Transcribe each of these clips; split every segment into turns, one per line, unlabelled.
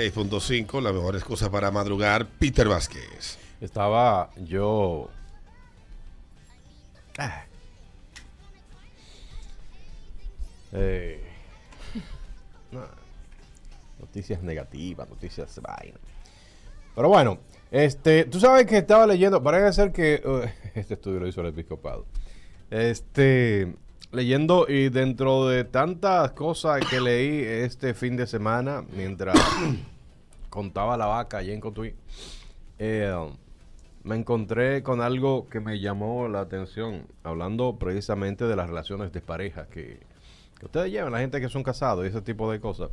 6.5, la mejor excusa para madrugar, Peter Vázquez.
Estaba yo. Ah. Eh, no, Noticias negativas, noticias vaina. Pero bueno, este, tú sabes que estaba leyendo, parece ser que uh, este estudio lo hizo el episcopado. Este, leyendo y dentro de tantas cosas que leí este fin de semana, mientras contaba la vaca allá en Cotuí, eh, me encontré con algo que me llamó la atención, hablando precisamente de las relaciones de pareja que, que ustedes llevan, la gente que son casados y ese tipo de cosas.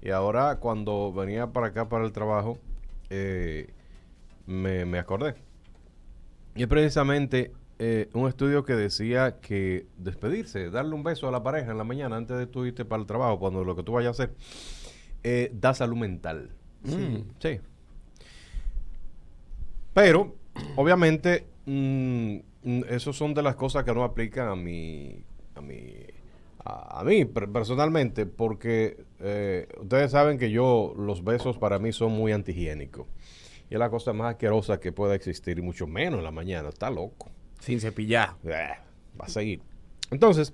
Y ahora cuando venía para acá para el trabajo, eh, me, me acordé. Y es precisamente eh, un estudio que decía que despedirse, darle un beso a la pareja en la mañana antes de tú irte para el trabajo, cuando lo que tú vayas a hacer, eh, da salud mental. Sí. Mm, sí. Pero, obviamente, mm, mm, eso son de las cosas que no aplican a mi. a mi. a, a mí per- personalmente, porque eh, ustedes saben que yo, los besos para mí son muy antihigiénicos. Y es la cosa más asquerosa que pueda existir, y mucho menos en la mañana. Está loco.
Sin cepillar.
Eh, va a seguir. Entonces,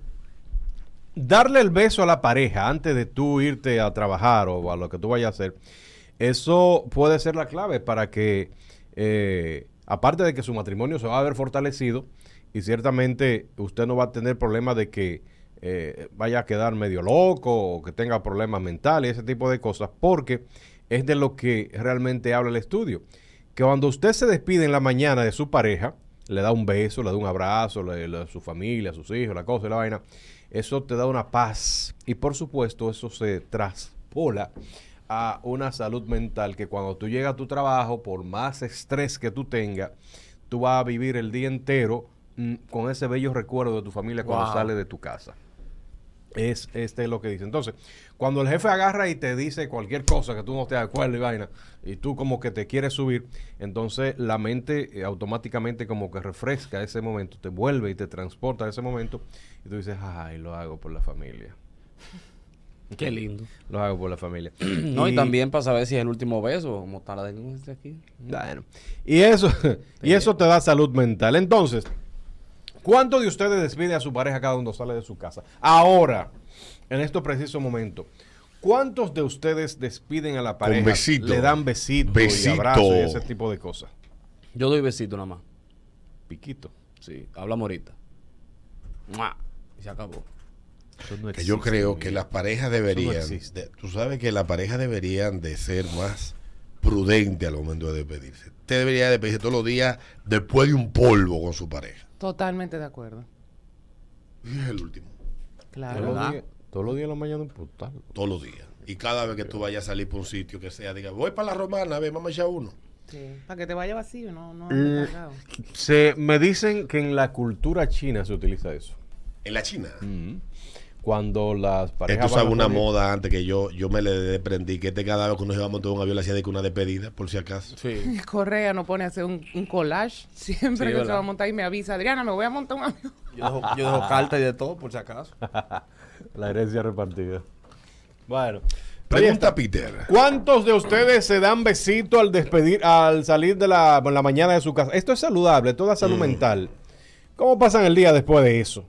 darle el beso a la pareja antes de tú irte a trabajar o a lo que tú vayas a hacer, eso puede ser la clave para que, eh, aparte de que su matrimonio se va a ver fortalecido, y ciertamente usted no va a tener problema de que eh, vaya a quedar medio loco o que tenga problemas mentales, ese tipo de cosas, porque es de lo que realmente habla el estudio. Que cuando usted se despide en la mañana de su pareja, le da un beso, le da un abrazo, le, le- a su familia, a sus hijos, la cosa y la vaina. Eso te da una paz. Y por supuesto, eso se traspola a una salud mental que cuando tú llegas a tu trabajo, por más estrés que tú tengas, tú vas a vivir el día entero mm, con ese bello recuerdo de tu familia cuando
Wow.
sales de tu casa. Es este lo que dice. Entonces, cuando el jefe agarra y te dice cualquier cosa que tú no te acuerdas y vaina, y tú como que te quieres subir, entonces la mente eh, automáticamente como que refresca ese momento, te vuelve y te transporta a ese momento, y tú dices, ay, lo hago por la familia.
Qué lindo.
Lo hago por la familia.
No, y, también para saber si es el último beso, como está la denuncia aquí.
Bueno, y eso, y eso te da salud mental. Entonces, ¿cuánto de ustedes despide a su pareja cada uno sale de su casa? Ahora, en este preciso momento, ¿cuántos de ustedes despiden a la pareja?
besito.
Le dan besitos
Besito.
y abrazos y ese tipo de cosas.
Yo doy besito nada más.
Piquito.
Sí, hablamos ahorita. ¡Mua! Y se acabó.
Que yo creo que las parejas deberían,
existe.
de- tú sabes que las parejas deberían de ser más prudentes al momento de despedirse. Usted debería despedirse todos los días después de un polvo con su pareja.
Totalmente de acuerdo.
Y es el último,
Todos
Claro.
Pero-
los
¿Verdad?
días- todos los días en la mañana un putal.
todos los días. Y cada vez que tú vayas a salir por un sitio que sea, diga, voy para la romana, a ver, mamá ya uno.
Sí. Para que te vaya vacío, no, no
Mm.
cargado.
Se, me dicen que en la cultura china se utiliza eso.
En la China.
Cuando las parejas.
Esto sabe
van Mm. a
una
salir-
moda antes que yo, yo me le desprendí, que este cada vez que nos íbamos todo un avión le hacía de que una despedida, por si acaso.
Sí.
Correa no pone a hacer un, un collage siempre que
Sí,
se
¿verdad?
va a montar y me avisa, Adriana, me voy a montar un avión.
Yo dejo, yo dejo carta y de todo, por si acaso.
La herencia repartida. Bueno.
Pregunta Peter.
¿Cuántos de ustedes se dan besito al despedir, al salir de la, por la mañana de su casa? Esto es saludable, toda salud mental. ¿Cómo pasan el día después de eso?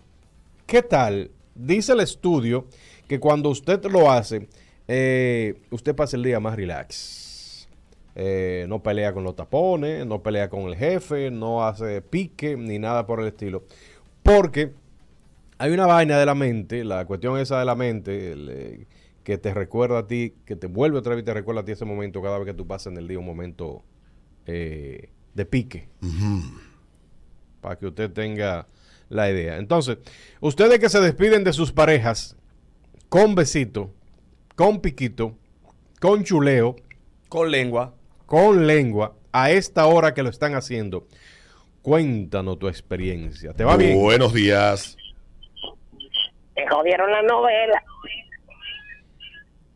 ¿Qué tal? Dice el estudio que cuando usted lo hace, eh, usted pasa el día más relax. Eh, no pelea con los tapones, no pelea con el jefe, no hace pique ni nada por el estilo. Porque hay una vaina de la mente, la cuestión esa de la mente, el, eh, que te recuerda a ti, que te vuelve otra vez y te recuerda a ti ese momento cada vez que tú pasas en el día un momento eh, de pique. Para que usted tenga la idea. Entonces, ustedes que se despiden de sus parejas con besito, con piquito, con chuleo,
Con lengua.
con lengua, a esta hora que lo están haciendo, cuéntanos tu experiencia. ¿Te va bien?
Buenos días.
Te jodieron la novela.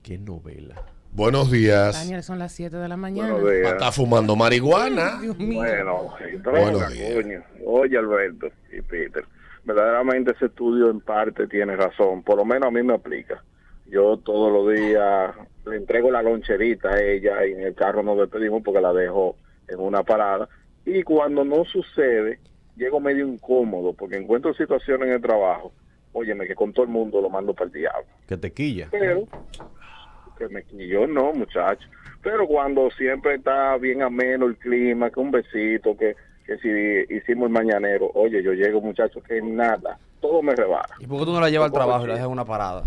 ¿Qué novela?
Buenos días.
Daniel, son las 7 de la mañana.
Buenos días.
Está fumando marihuana.
Dios mío.
Bueno, sí,
Buenos
droga,
días.
coño. Oye, Alberto y Peter, verdaderamente ese estudio en parte tiene razón, por lo menos a mí me aplica. Yo todos los días le entrego la loncherita a ella y en el carro nos despedimos porque la dejo en una parada. Y cuando no sucede, llego medio incómodo porque encuentro situaciones en el trabajo. Óyeme, que con todo el mundo lo mando para el diablo.
Que te quilla.
Pero, que me quilló, no, muchacho. Pero cuando siempre está bien ameno el clima, que un besito, que, que si hicimos el mañanero, oye, yo llego, muchacho, que nada, todo me rebala.
¿Y por qué tú no la llevas al trabajo y la dejas en una parada?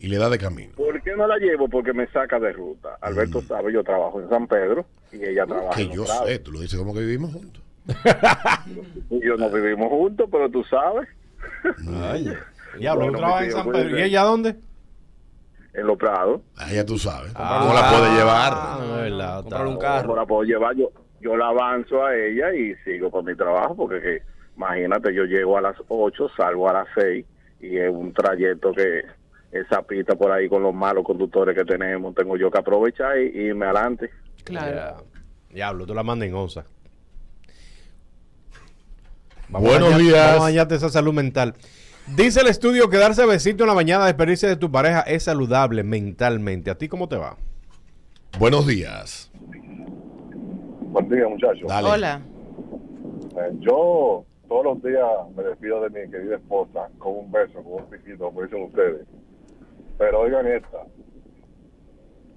Y le da de camino.
¿Por qué no la llevo? Porque me saca de ruta. Alberto sabe, yo trabajo en San Pedro y ella trabaja
Mm. Oh, Que
en
yo
Los Prados.
sé, tú lo dices como que vivimos juntos.
Y yo
Ah.
no vivimos juntos, pero tú sabes,
Oye. pues Diablo,
Bueno,
yo trabajo
mi
en
tío,
San
puede
Pedro. ¿Y
ser.
ella dónde?
en Los Prados,
Ah, ya tú sabes.
Ah.
¿Cómo la puedes
Ah,
llevar?
no,
es verdad,
no,
está
Comprar un
bien.
no
carro.
la puedo llevar, yo, yo la avanzo a ella y sigo con mi trabajo, porque que, imagínate, yo llego a las 8, salgo a las 6 y es un trayecto que esa pista por ahí con los malos conductores que tenemos, tengo yo que aprovechar y irme adelante.
Claro.
Ya. Diablo, tú la mandas en onza.
Buenos
a dañar-
días.
Vamos a dañarte esa salud mental. Dice el estudio que darse besito en la mañana de experiencia de tu pareja es saludable mentalmente. ¿A ti cómo te va?
Buenos días.
Buen día, muchachos.
Dale.
Hola.
Eh, yo todos los días me despido de mi querida esposa con un beso, con un piquito, como dicen ustedes. Pero oigan esta.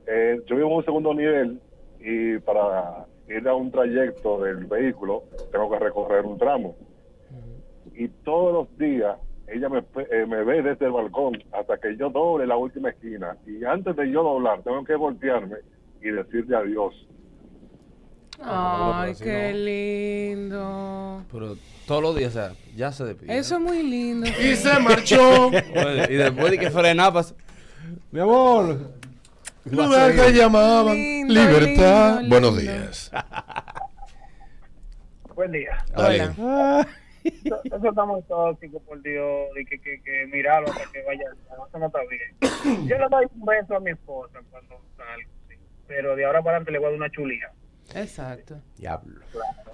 Eh, yo vivo en un segundo nivel y para ir a un trayecto del vehículo tengo que recorrer un tramo. Y todos los días ella me, espe- eh, me ve desde el balcón hasta que yo doble la última esquina. Y antes de yo doblar tengo que voltearme y decirle adiós.
Ay, qué lindo.
Pero todos los días, o sea, ya se despide.
Eso es muy lindo.
Y se marchó.
Oye, Y después de que frenar, pues, pasa.
Mi amor.
Lugar que llamaban
Lindo,
Libertad.
lindo,
Buenos
lindo.
días.
Buen día.
Dale.
Hola.
Eso eso está muy tóxico, por Dios. Y que, que, que mirarlo hasta que vaya. no, Eso no está bien. Yo le doy un beso a mi esposa cuando salgo, sí. Pero de ahora para adelante le voy a dar una chulía.
Exacto.
Diablo.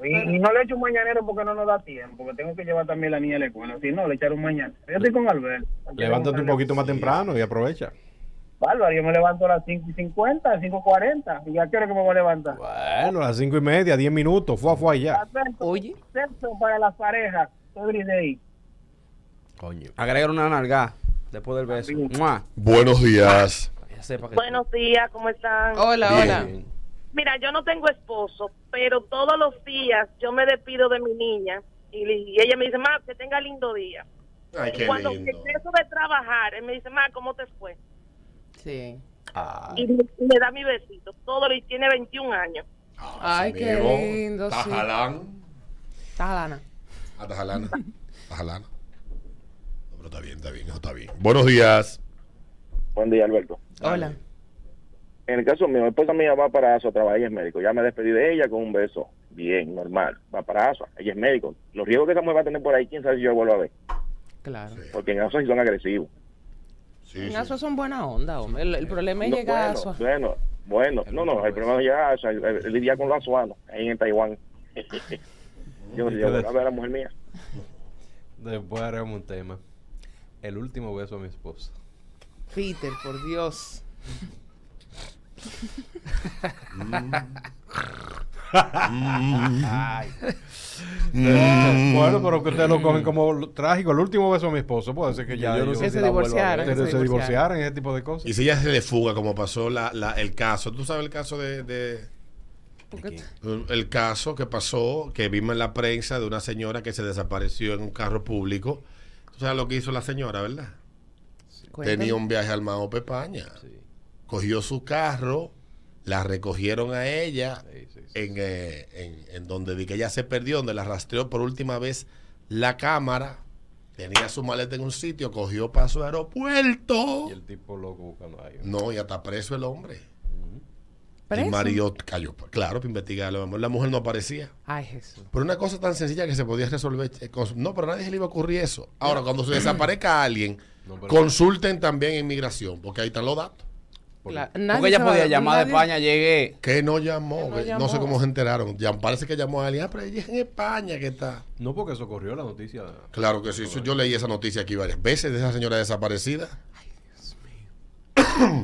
Y, y no le echo un mañanero porque no nos da tiempo. Porque tengo que llevar también a la niña a la escuela. Si no, le echaré un mañanero. Yo estoy con Alberto.
Levántate un poquito más temprano y aprovecha.
Bárbaro, yo me levanto a las 5 y 50, 5 y 40. ¿Y a qué hora que me voy a levantar?
Bueno, a las cinco y media, diez minutos. Fue a fue allá.
Alberto,
Oye.
Sexo para las parejas. Every day.
Coño.
Agregar una nalga después del beso. ¡Mua!
Buenos días.
Ya sepa que
Buenos días, ¿cómo están?
Hola, hola.
Bien.
Mira, yo no tengo esposo, pero todos los días yo me despido de mi niña y, le- y ella me dice, ma, que tenga lindo día.
Ay,
Y Cuando empiezo de trabajar, él me dice, ma, ¿cómo te fue?
Sí.
Y me, me da mi besito. Todo lo y tiene 21 años.
Ay, qué lindo, sí.
Ah, Tajalán.
Tajalana.
Ah, Tajalana. Tajalana. No, pero está bien, está bien, eso está bien. Buenos días.
Buen día, Alberto.
Hola.
En el caso mío, mi esposa mía va para ASUA a trabajar, ella es médico. Ya me despedí de ella con un beso. Bien, normal. Va para ASUA, ella es médico. Los riesgos que esa mujer va a tener por ahí, quién sabe si yo la vuelvo a ver.
Claro.
Porque en ASUA sí son agresivos.
Sí,
En
sí.
ASUA son buena onda, hombre. El, el problema es
No,
llegar a
bueno,
ASUA.
bueno, bueno. No, no, el problema es llegar a ASUA, el- el lidiar con los asuanos ahí en Taiwán. yo yo voy a ver a la mujer mía.
Después haremos un tema. El último beso a mi esposa.
Peter, por Dios.
Mm.
Bueno, pero que ustedes lo cogen como lo- trágico. El último beso a mi esposo. Puede ser Mm. que ya
Yo no
ellos
sé
Que
si
se
la vuelvo a
divorciaran.
se,
que
se divorciaran y ese tipo de cosas.
Y si ella se le fuga, como pasó la, la- el caso, tú sabes el caso de, de-
Porque-
El caso que pasó, que vimos en la prensa de una señora que se desapareció en un carro público. Tú sabes lo que hizo la señora, ¿verdad?
Cuéntame.
Tenía un viaje al Mao Pepaña.
Sí.
Cogió su carro, la recogieron a ella
Sí, sí, sí.
en, eh, en- en donde vi que ella se perdió, donde la rastreó por última vez la cámara. Tenía su maleta en un sitio, cogió para su aeropuerto.
Y el tipo loco buscando ahí.
No, y hasta preso el hombre.
¿Preso?
Y Mario cayó. Claro, para investigarlo. La mujer no aparecía.
Ay, Jesús.
Pero una cosa tan sencilla que se podía resolver. eh, con- No, pero a nadie se le iba a ocurrir eso. Ahora, cuando se desaparezca alguien,
No, pero-
consulten también inmigración, porque ahí están los datos.
Claro, nadie
Porque ella
se va a-
podía llamar de
nadie-
España, llegué.
Que no llamó,
Que no
que no,
llamó.
sé cómo se enteraron. Ya, parece que llamó a alguien, ah, pero ella es en España que está.
No, porque eso corrió la noticia.
Claro que sí, eso- yo leí esa noticia aquí varias veces de esa señora desaparecida.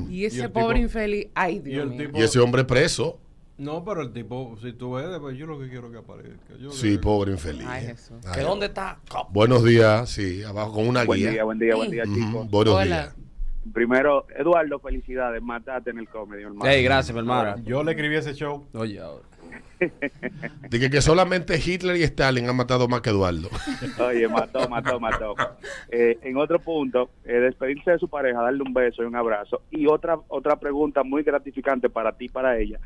Y
Y
ese
el
pobre
tipo-
infeliz, ay
y
Dios
el
mío.
tipo-
Y ese hombre preso.
No, pero el tipo, si tú ves, pues yo lo que quiero que aparezca. Yo lo
Sí,
que-
pobre infeliz.
Ay, Jesús.
Ay.
¿Que dónde está? Cop.
Buenos días, sí, abajo con una
Buen
guía.
día, buen día, buen día,
Ujú,
chicos.
Buenos
Hola.
días.
Primero, Eduardo, felicidades, matate en el comedy, hermano.
Ey, gracias, mi hermano.
Yo le escribí ese show.
Oye, ahora.
Dije que solamente Hitler y Stalin han matado más que Eduardo.
Oye, mató, mató, mató. Eh, en otro punto, eh, despedirse de su pareja, darle un beso y un abrazo. Y otra otra pregunta muy gratificante para ti y para ella,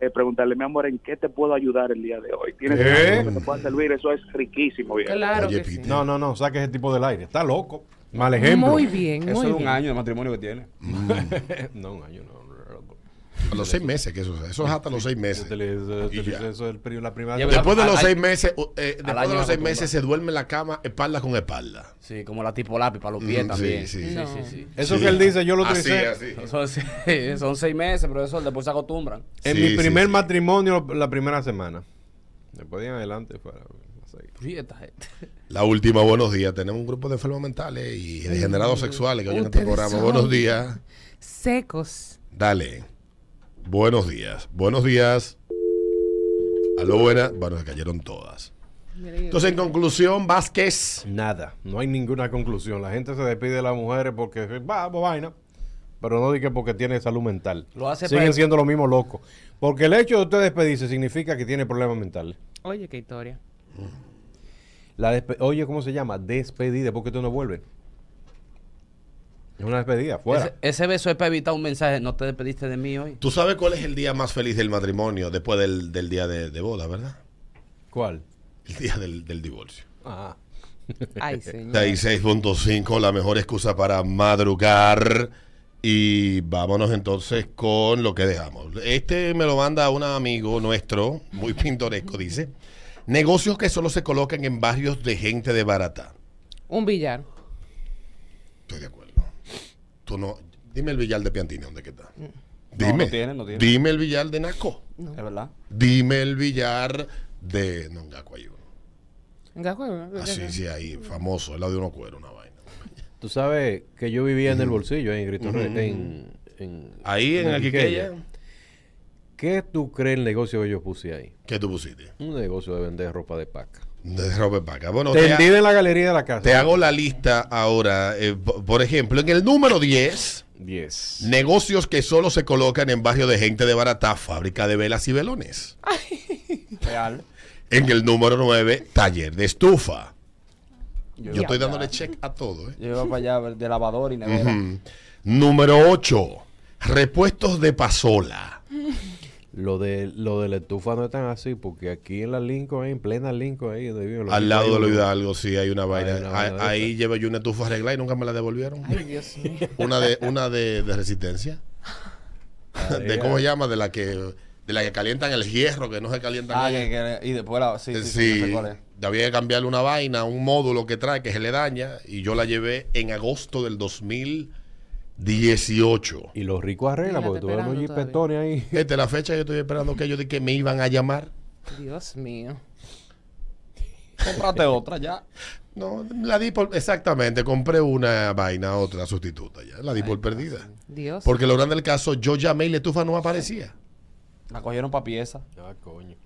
eh, preguntarle, mi amor, ¿en qué te puedo ayudar el día de hoy? ¿Tienes
¿Eh?
algo que te pueda servir? Eso es riquísimo, viejo.
Claro
Oye,
que sí.
Peter.
No, no, no, saque ese tipo del aire. Está loco. Mal ejemplo.
Muy bien,
Eso
muy
es
bien.
un año de matrimonio que tiene.
Mm. no, un año no.
A los seis meses, que eso, eso es hasta los seis meses.
Utilizo-
Y
utilizo
ya.
eso el pri- la primera
Lleva-
Después de
Al-
los
al-
seis meses, uh, eh, después de
año
los seis
acostumbra.
meses se duerme en la cama espalda con espalda.
Sí, como la tipo lápiz para los pies
Mm, sí,
también.
sí.
Sí,
No.
sí, sí.
Eso
Sí.
que él dice, yo lo
Así,
utilicé.
así.
Son, sí, son seis meses, pero eso después se acostumbran.
En
Sí,
mi
sí,
primer
sí.
matrimonio, la primera semana. Después de en adelante, fuera. no sé.
Sí, esta gente.
La última, buenos días. Tenemos un grupo de enfermos mentales y degenerados sexuales que oyen este
Ustedes
programa.
son.
Buenos días.
Secos.
Dale. Buenos días. Buenos días. A lo buena. Bueno, se cayeron todas.
Mira, yo-
Entonces, en conclusión, Vázquez.
Nada, no hay ninguna conclusión. La gente se despide de las mujeres porque, vamos, vaina. Pero no dije porque tiene salud mental.
Lo hace
Siguen
para-
siendo los mismos locos. Porque el hecho de usted despedirse significa que tiene problemas mentales.
Oye, qué historia.
La despe- Oye, ¿cómo se llama? Despedida, porque tú no vuelves. Es una despedida, fuera.
Ese, ese beso es para evitar un mensaje. No te despediste de mí hoy.
Tú sabes cuál es el día más feliz del matrimonio después del, del día de, de boda, ¿verdad?
¿Cuál?
El día del, del divorcio.
Ah.
Ay, señor.
36.5, la mejor excusa para madrugar. Y vámonos entonces con lo que dejamos. Este me lo manda un amigo nuestro, muy pintoresco, dice. Negocios que solo se colocan en barrios de gente de barata.
Un billar.
Estoy de acuerdo. Tú no, dime el Villal de Piantini, ¿dónde que está? Dime.
no tiene, no tiene.
Dime el Villal de Naco.
Es verdad.
Dime el Villar de Nongaco hay uno.
Gajo-
Ah, sí, sí, ahí, famoso, el lado de uno cuero, una vaina.
Tú sabes que yo vivía en el bolsillo, en Cristo Rey, en, en-
Ahí en
Quiqueya.
Aquiqueya,
¿Qué tú crees el negocio que yo puse ahí?
¿qué tú pusiste?
Un negocio de vender ropa de paca.
De Robert Vaca. Bueno, te, ha-
Tendida en la galería de la casa.
te hago la lista ahora. eh, po- por ejemplo, en el número 10,
10.
negocios que solo se colocan en barrio de gente de barata, fábrica de velas y velones.
Real.
En el número 9, taller de estufa.
Yo,
Yo estoy dándole check a todo. ¿eh?
yo iba para allá de lavador y nevera.
Mm. Número 8, repuestos de pasola.
Lo de, lo de la estufa no es tan así, porque aquí en la Lincoln, ahí, en plena Lincoln, ahí donde viven los
Al
ricos,
lado de
hay
lo
un-
Hidalgo, sí, hay una
Hay una
vaina.
vaina de
Ah, Ahí llevo yo una estufa arreglada y nunca me la devolvieron.
Ay, Dios mío.
Una de, una de, de resistencia. de cómo se llama, de la que de la que calientan el hierro, que no se calientan.
Ah,
ellos.
que, que- y después la. Sí, sí, sí,
sí,
no sé cuál es.
había que cambiarle una vaina, un módulo que trae que se le daña y yo la llevé en agosto del 2018.
Y los ricos arreglan,
Mira,
porque
te
tú ves unos
esperando
jipetones ahí.
Esta es la fecha que yo estoy esperando que ellos di que me iban a llamar.
Dios mío.
Cómprate otra ya.
No, la di por exactamente, compré una vaina, otra sustituta ya, la di por perdida.
Dios.
Porque lo grande del caso, yo llamé y la estufa no aparecía.
La cogieron para pieza.
Ah, coño.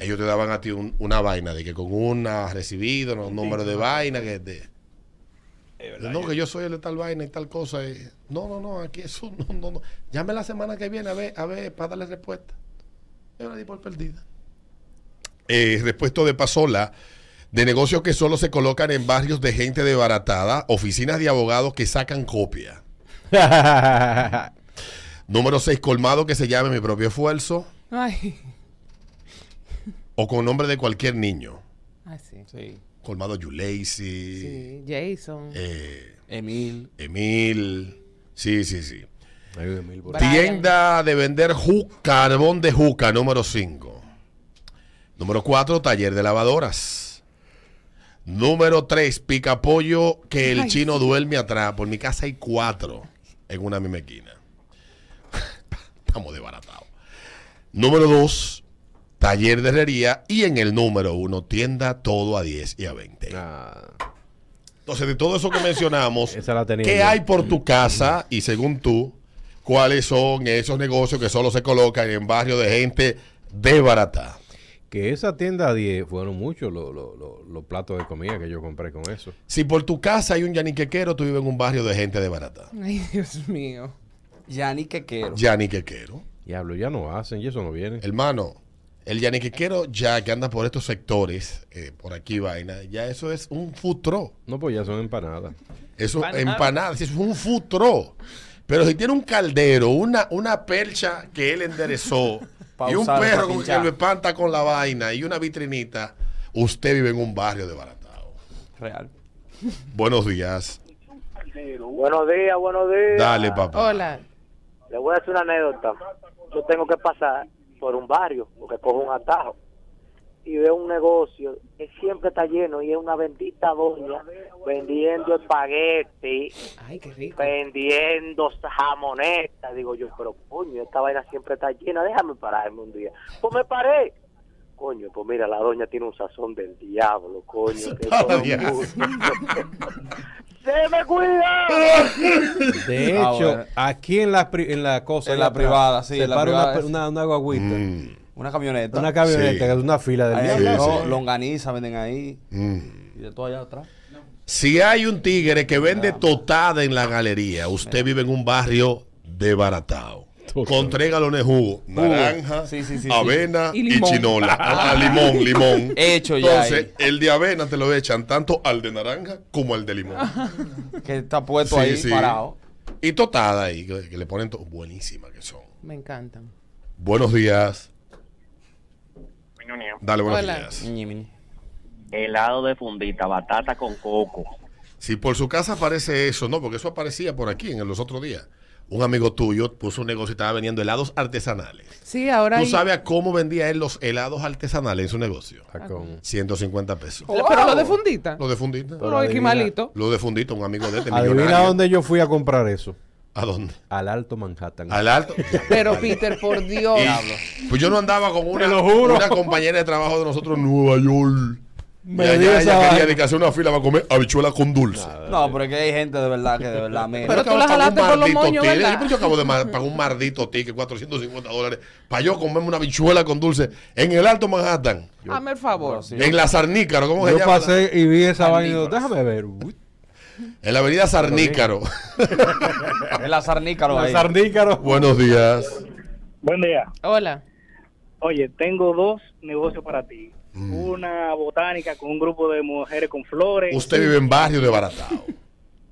Ellos te daban a ti un- una vaina de que con una has recibido, un número de vaina que te- no, que yo soy el de tal vaina y tal cosa. eh. No, no, no, aquí eso no, no, no. Llame la semana que viene a ver, a ver, para darle respuesta. Yo la di por perdida. Eh, repuesto de pasola, de negocios que solo se colocan en barrios de gente desbaratada, oficinas de abogados que sacan copia. Número 6, colmado que se llame mi propio esfuerzo
Ay.
o con nombre de cualquier niño.
Ay, sí.
Sí.
Colmado Yuleisi.
Sí. Jason.
Eh,
Emil.
Emil. Sí, sí, sí.
Ahí vive mil por-
Brian.
Tienda de vender ju- carbón de juca, número 5. Número 4, taller de lavadoras. Número 3, picapollo que el
Ay,
chino duerme atrás. Por mi casa hay cuatro en una misma esquina. Estamos desbaratados. Número 2, taller de herrería. Y en el número 1, tienda todo a 10 y a 20.
Ah,
Entonces, de todo eso que mencionamos,
Esa la tenía
¿qué
yo.
hay por tu casa? Y según tú, ¿cuáles son esos negocios que solo se colocan en barrios de gente desbaratada?
Que esa tienda 10 fueron muchos los los- los- los platos de comida que yo compré con eso.
Si por tu casa hay un yaniquequero, tú vives en un barrio de gente desbaratada.
Ay, Dios mío.
Ya ni que quiero.
Yaniquequero.
Diablo, ya no hacen y eso no viene.
Hermano, el yaniquequero ya que anda por estos sectores, eh, por aquí vaina, ya eso es un futuro.
No, pues ya son empanadas.
Eso
Empanada.
empanadas, eso es un futuro. Pero si tiene un caldero, una, una percha que él enderezó y un
Pausado,
perro
pa'
con que
pinchar.
lo espanta con la vaina y una vitrinita, usted vive en un barrio desbaratado.
Real.
Buenos días.
Buenos días, buenos días.
Dale, papá.
Hola.
Le voy a hacer una anécdota. Yo tengo que pasar por un barrio, porque cojo un atajo, y veo un negocio que siempre está lleno y es una bendita doña vendiendo espagueti,
Ay, qué rico.
vendiendo jamonetas. Digo yo, pero coño, esta vaina siempre está llena, déjame pararme un día. Pues me paré. Coño, pues mira, la doña tiene un sazón del diablo, coño. que
Ah,
todo un
diablo.
gusto. ¡Se me cuida!
De hecho,
Ah, bueno.
aquí en la, pri- en la cosa.
En la
allá
privada,
atrás,
sí,
se
en la
para
privada,
Una,
sí.
una, una guagüita,
Mm,
Una camioneta.
una camioneta,
Sí.
que es una fila del
Ahí
Sí,
diablo.
no,
sí.
longaniza venden ahí.
mm.
Y de todo allá atrás.
Si hay un tigre que vende totada en la galería, usted vive en un barrio desbaratado.
Totada.
Con tres galones de jugo, naranja,
Sí, sí, sí,
avena
sí. Y
y,
limón.
chinola. Ah, limón, limón.
Hecho ya
Entonces, el de avena te lo echan tanto al de naranja como al de limón.
ahí. Que está puesto
Sí,
ahí
sí.
parado.
Y totada ahí, que, que le ponen to- buenísima que son.
Me encantan.
Buenos días. Dale, buenos
Hola.
días.
Ñi, miñi.
helado de fundita, batata con coco.
Si por su casa aparece eso, no, porque eso aparecía por aquí en los otros días. Un amigo tuyo puso un negocio y estaba vendiendo helados artesanales.
Sí, ahora
¿Tú
hay-
sabes a cómo vendía él los helados artesanales en su negocio?
Ah, con-
150 pesos.
Pero- Pero lo de fundita.
Oh. Lo de fundita.
Pero hay que
adivina-
malito.
Lo de fundita, un amigo de este
Adivina
millonario.
dónde yo fui a comprar eso.
¿A dónde?
Al Alto Manhattan.
Al alto.
Pero Peter, por Dios.
Y- pues yo no andaba con una,
lo juro.
una compañera de trabajo de nosotros en Nueva York.
Me
y
dio
allá
esa
ella quería
vaina.
de que hacer una fila para comer habichuela con dulce.
No, pero es que hay gente de verdad que de verdad me.
Pero
Yo
tú
acabo
la
de pagar un
jalaste por los
maldito
moños,
ticket.
¿verdad?
Yo, yo acabo de ma- pagar un maldito ticket, 450 dólares, para yo comerme una habichuela con dulce en el Alto Manhattan,
Hazme el favor.
Sí.
en la Sarnícaro, ¿cómo se
Yo
llama?
pasé y vi esa vaina. y digo, Déjame ver. Uy,
En la avenida Sarnícaro.
Es la sarnícaro
Los
ahí.
sarnícaros.
Buenos días.
Buen día.
Hola.
Oye, tengo dos negocios para ti.
Mm.
Una botánica con un grupo de mujeres con flores
Usted vive en barrio de Baratao.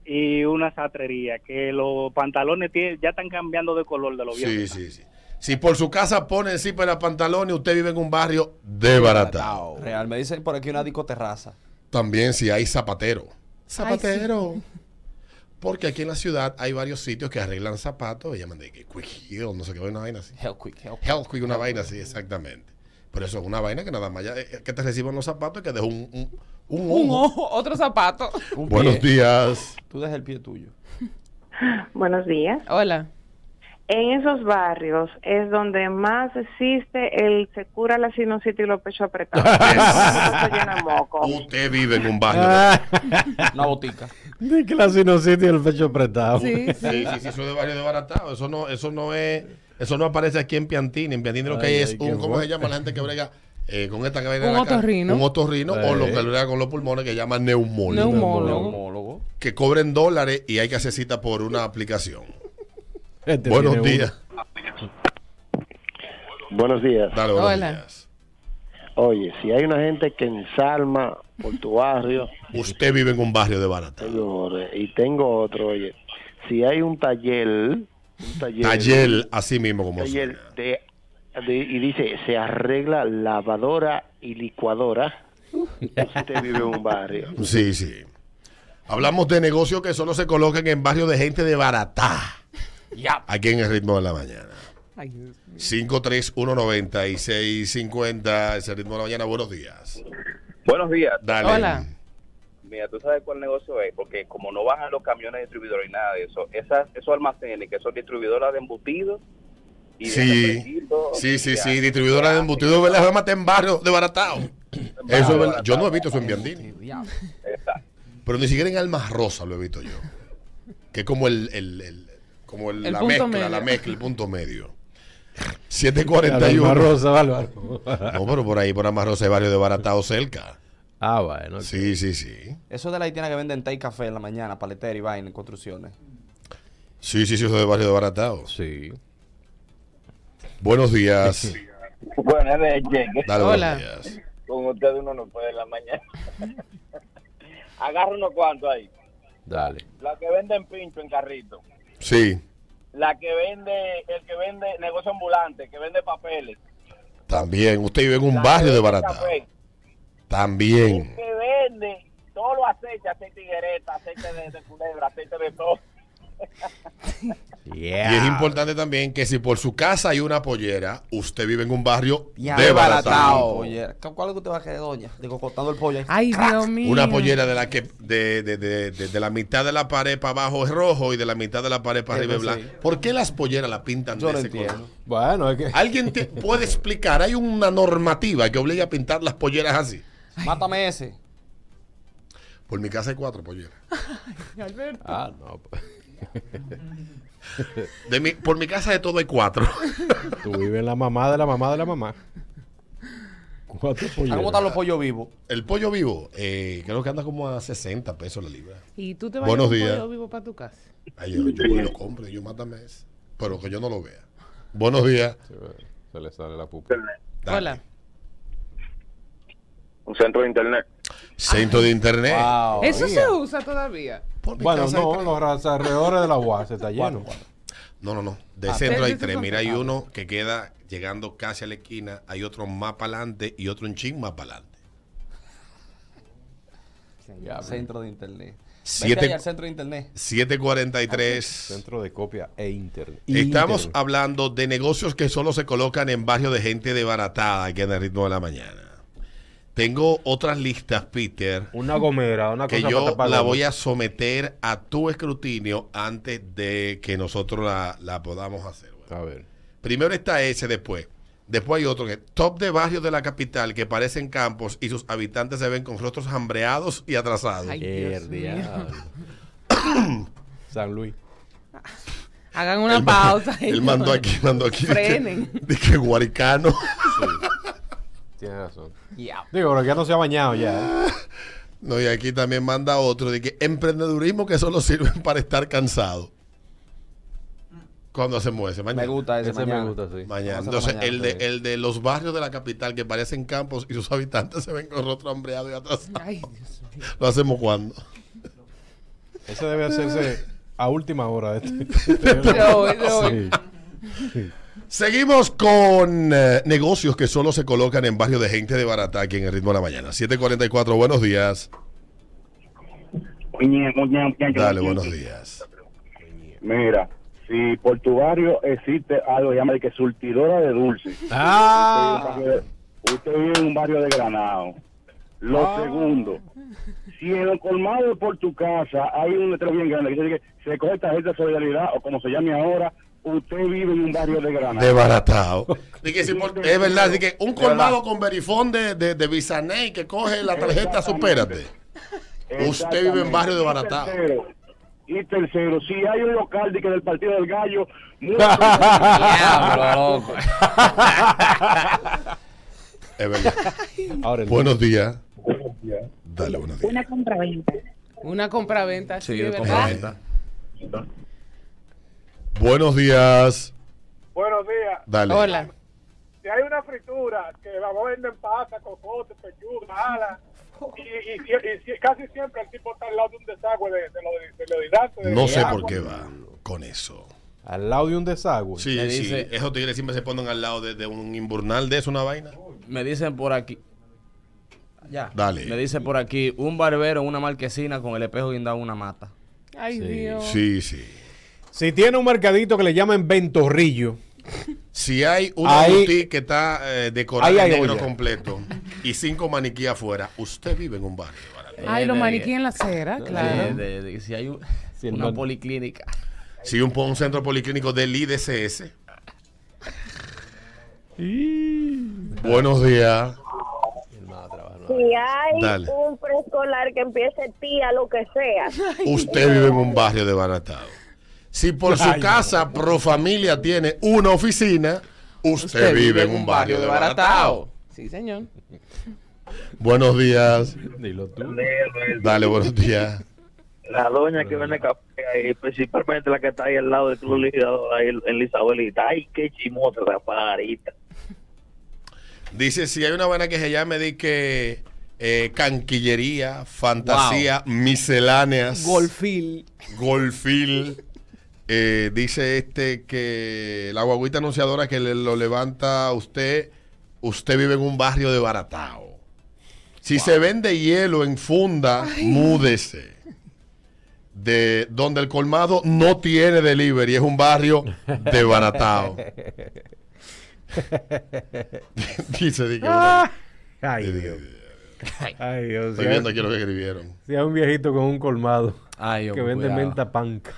y una satrería, que los pantalones tie- ya están cambiando de color de los
Sí,
viejos.
sí, sí. Si por su casa pone encima de la pantalón y usted vive en un barrio de Baratao.
Real. Me dicen por aquí una discoterraza.
También si hay zapatero. Zapatero. Porque aquí en la ciudad hay varios sitios que arreglan zapatos. Y llaman de que Quick Heel, no sé qué, una vaina así.
Hell quick, hell quick.
Health Quick, una vaina así, exactamente. Pero eso es una vaina que nada más ya, eh, que te reciban los zapatos y que deja un, un, un
Un
ojo.
ojo, otro zapato.
Un
Buenos
pie.
días.
Tú dejas el pie tuyo.
Buenos días.
Hola.
En esos barrios es donde más existe el se cura la sinusitis y los pechos apretados. Eso se llena moco.
Usted vive en un barrio. de-
Ah,
Una botica.
De que la sinusitis y el pecho apretado.
Sí,
Ah, Sí,
sí.
sí, sí, eso es de barrio de Baratao. Eso no, eso no es, eso no aparece aquí en Piantini. En Piantini lo que
Ay,
hay es
ay, qué
un, ¿cómo
bueno.
se llama la gente que brega eh, con esta que vaina
Un
en la cara?
otorrino.
Un otorrino o lo que
Eh.
brega con los pulmones que llaman neumólogo.
Neumólogo.
Homólogo.
que cobren dólares y hay que hacer cita por una aplicación.
Este
buenos
tiene uno.
días.
Buenos días.
Dale, buenos
Hola.
días.
Oye, si hay una gente que ensalma por tu barrio,
Usted vive en un barrio de barata.
señores, y tengo otro, oye, si hay un taller, un taller,
Taller, así mismo como
taller
suena.
de, de- y dice, se arregla lavadora y licuadora, usted vive en un barrio.
Sí, sí. Hablamos de negocios que solo se colocan en barrios de gente de baratá.
Ya.
Aquí en el ritmo de la mañana.
Ay, Dios mío.
5319650, ese ritmo de la mañana. Buenos días.
Buenos días.
Dale.
Hola.
Mira, tú sabes cuál negocio es, porque como no bajan los camiones distribuidores y nada de eso, esas, esos almacenes que son distribuidoras de embutidos y de
Sí.
refresquitos,
Sí, sí,
ya.
sí. Distribuidora de embutidos, ¿verdad? Además, está en barrio de baratao. Eso es verdad. Yo no he visto eso en Biandini.
Este, Diablo.
Exacto.
Pero ni siquiera en almas rosa lo he visto yo. Que es como el, el- el- como el-
El
la
punto
mezcla,
medio.
la mezcla, el punto medio.
El
741.
Alma Rosa, Bárbaro.
No, pero por ahí, por almas rosa, hay varios desbaratados cerca.
Ah, bueno.
Sí, sí, sí.
Eso de la haitiana que venden té y café en la mañana, paletera y vaina en construcciones.
Sí, sí, sí, eso de varios desbaratados. Sí. Buenos días.
Buenas noches.
Dale, Hola. buenos
Con usted uno no puede en la mañana. Agarra unos cuantos ahí.
Dale.
La que venden pincho en carrito.
Sí,
La que vende, el que vende negocio ambulante, que vende papeles.
también. Usted vive en un
La
barrio
que vende
desbaratado.
café.
También.
El que vende todo lo aceite, aceite de higuereta, aceite de, de culebra, aceite de todo.
Y es importante también que si por su casa hay una pollera, usted vive en un barrio
Ya,
desbaratado.
Oye, ¿Cuál es que usted va a querer, doña? Digo, cortando el pollo ahí.
Ay, Dios mío.
Una pollera de la que de, de- de- de- de la mitad de la pared para abajo es rojo y de la mitad de la pared para arriba es
Eso sí.
blanco. ¿Por qué las polleras la pintan de ese color?
Bueno, es que.
¿Alguien te puede explicar? Hay una normativa que obliga a pintar las polleras así.
Mátame ese.
Por mi casa hay cuatro polleras.
Alberto.
Ah, no.
De mi- por mi casa de todo hay cuatro.
Tú vives en la mamá de la mamá de la mamá. Cuatro polleras.
pollos vivos? El pollo vivo, eh, creo que anda como a 60 pesos la libra.
Y tú te vas
Buenos
a llevar un
días.
pollo vivo para tu casa.
Ay, yo, yo voy y lo compro, yo mátame ese. Pero que yo no lo vea. Buenos días.
Se le sale la pupa.
Dale.
Hola.
Un centro de internet. Centro de internet.
Eso se usa todavía.
Ah, Bueno, no, los ras- alrededores de la UAS está lleno.
No, no, no. De
Ah,
centro hay
pero
tres.
esos
Mira,
son-
hay
ah,
uno que queda llegando casi a la esquina, hay otro más para adelante y otro un chin más para adelante.
Diablo. Centro de internet. Vete ahí
Siete-
al centro de internet.
743.
Centro de copia e internet.
Estamos
Internet.
hablando de negocios que solo se colocan en barrios de gente desbaratada aquí en el ritmo de la mañana. Tengo otras listas, Peter.
Una gomera, una
que
cosa para
yo
tapar
la
goma.
voy a someter a tu escrutinio antes de que nosotros la, la podamos hacer.
A ver.
Primero está ese, después. Después hay otro que top de barrios de la capital que parecen campos y sus habitantes se ven con rostros hambreados y atrasados.
Ay, Dios
El mío. diablo. San Luis.
Hagan una
Él ma-
pausa.
Él mandó aquí, mandó aquí. de que-
Frenen.
De que guaricano.
Tienes razón.
Diablo.
Digo, pero que ya no se ha bañado ya. ¿eh?
No, y aquí también manda otro de que emprendedurismo que solo sirven para estar cansado. ¿Cuándo hacemos ese? Mañana.
Me gusta ese Ese me mañana.
gusta, sí.
Mañana.
Vamos a
Entonces,
hacerlo
el,
mañana,
de, el de los barrios de la capital que parecen campos y sus habitantes se ven con rostro hambreado y atrasados. ¿Lo hacemos cuándo?
Eso debe hacerse a última hora de este.
De hoy, de hoy.
Sí.
Seguimos con eh, negocios que solo se colocan en barrios de gente de barata aquí en el ritmo de la mañana. 744, buenos días. Dale, buenos días.
Mira, si por tu barrio existe algo, llámale que surtidora de dulce.
Ah.
Usted, usted vive en un barrio de Granado. Lo
Ah.
segundo, si en el colmado por tu casa hay un letrero bien grande que dice que se coge tarjeta de solidaridad o como se llame ahora, usted vive en un barrio de Granado.
Desbaratado. De que si por- es verdad, de que un colmado con verifón de, de, de Bizaney que coge la tarjeta, supérate. Usted vive en barrio de
Y
Baratado.
tercero, Y tercero, si hay un local de que del partido del gallo, mucho-
Es verdad.
Ahora el-
buenos días. Dale, buenos días.
Una compraventa. Una compraventa, sí, de ¿verdad?
Buenos días.
Buenos días.
Dale. Hola.
Si hay una fritura que la venden pasa, cocote, pechuga, ala, y, y, y- y si- casi siempre el tipo está al lado de un desagüe de, de lo- de deodorante, de
No sé
agua.
por qué va con eso.
Al lado de un desagüe.
Sí, sí. Esos tigres siempre se ponen al lado de, de un imburnal de eso, una vaina.
Me dicen por aquí. Ya.
Dale.
Me dicen por aquí, un barbero en una marquesina con el espejo guindado en una mata.
Ay, Dios.
Sí, sí.
Si tiene un mercadito que le llaman Ventorrillo.
Si hay Una
Ahí-
boutique que está eh, decorada
Ahí
en
hay
negro
olla.
completo y cinco maniquí afuera, usted vive en un barrio.
Ay, los maniquí en la acera, claro.
De- de- si hay un-
el
una
man-
policlínica.
Si un, po- un centro policlínico del IDCS. Buenos días.
si hay
Dale.
un preescolar que empiece tía, lo que sea.
Usted vive en un barrio desbaratado. Si por su
Ay,
casa pro familia tiene una oficina, usted, vive en un barrio desbaratado.
Sí, señor.
Buenos días.
Dilo tú.
Dale, buenos días.
La doña que vende café ahí, principalmente la que está ahí al lado del Club Ligador, ahí en la Isabelita. Ay, qué chimosa la parita.
Dice, si hay una buena que se llame, di que eh, Canquillería, Fantasía, Misceláneas.
Golfil.
Golfil. Eh, dice este que la guaguita anunciadora que le- lo levanta a usted, usted vive en un barrio de baratao. Si se vende hielo en funda, múdese. De donde el colmado no tiene delivery, es un barrio de baratao. dice, dice,
Ah.
una-
Ay,
dice,
Dios. Ay, Dios.
Eh, Estoy viendo aquí lo que escribieron.
Si hay un viejito con un colmado
Ay, hombre,
que vende
cuidado.
menta panca.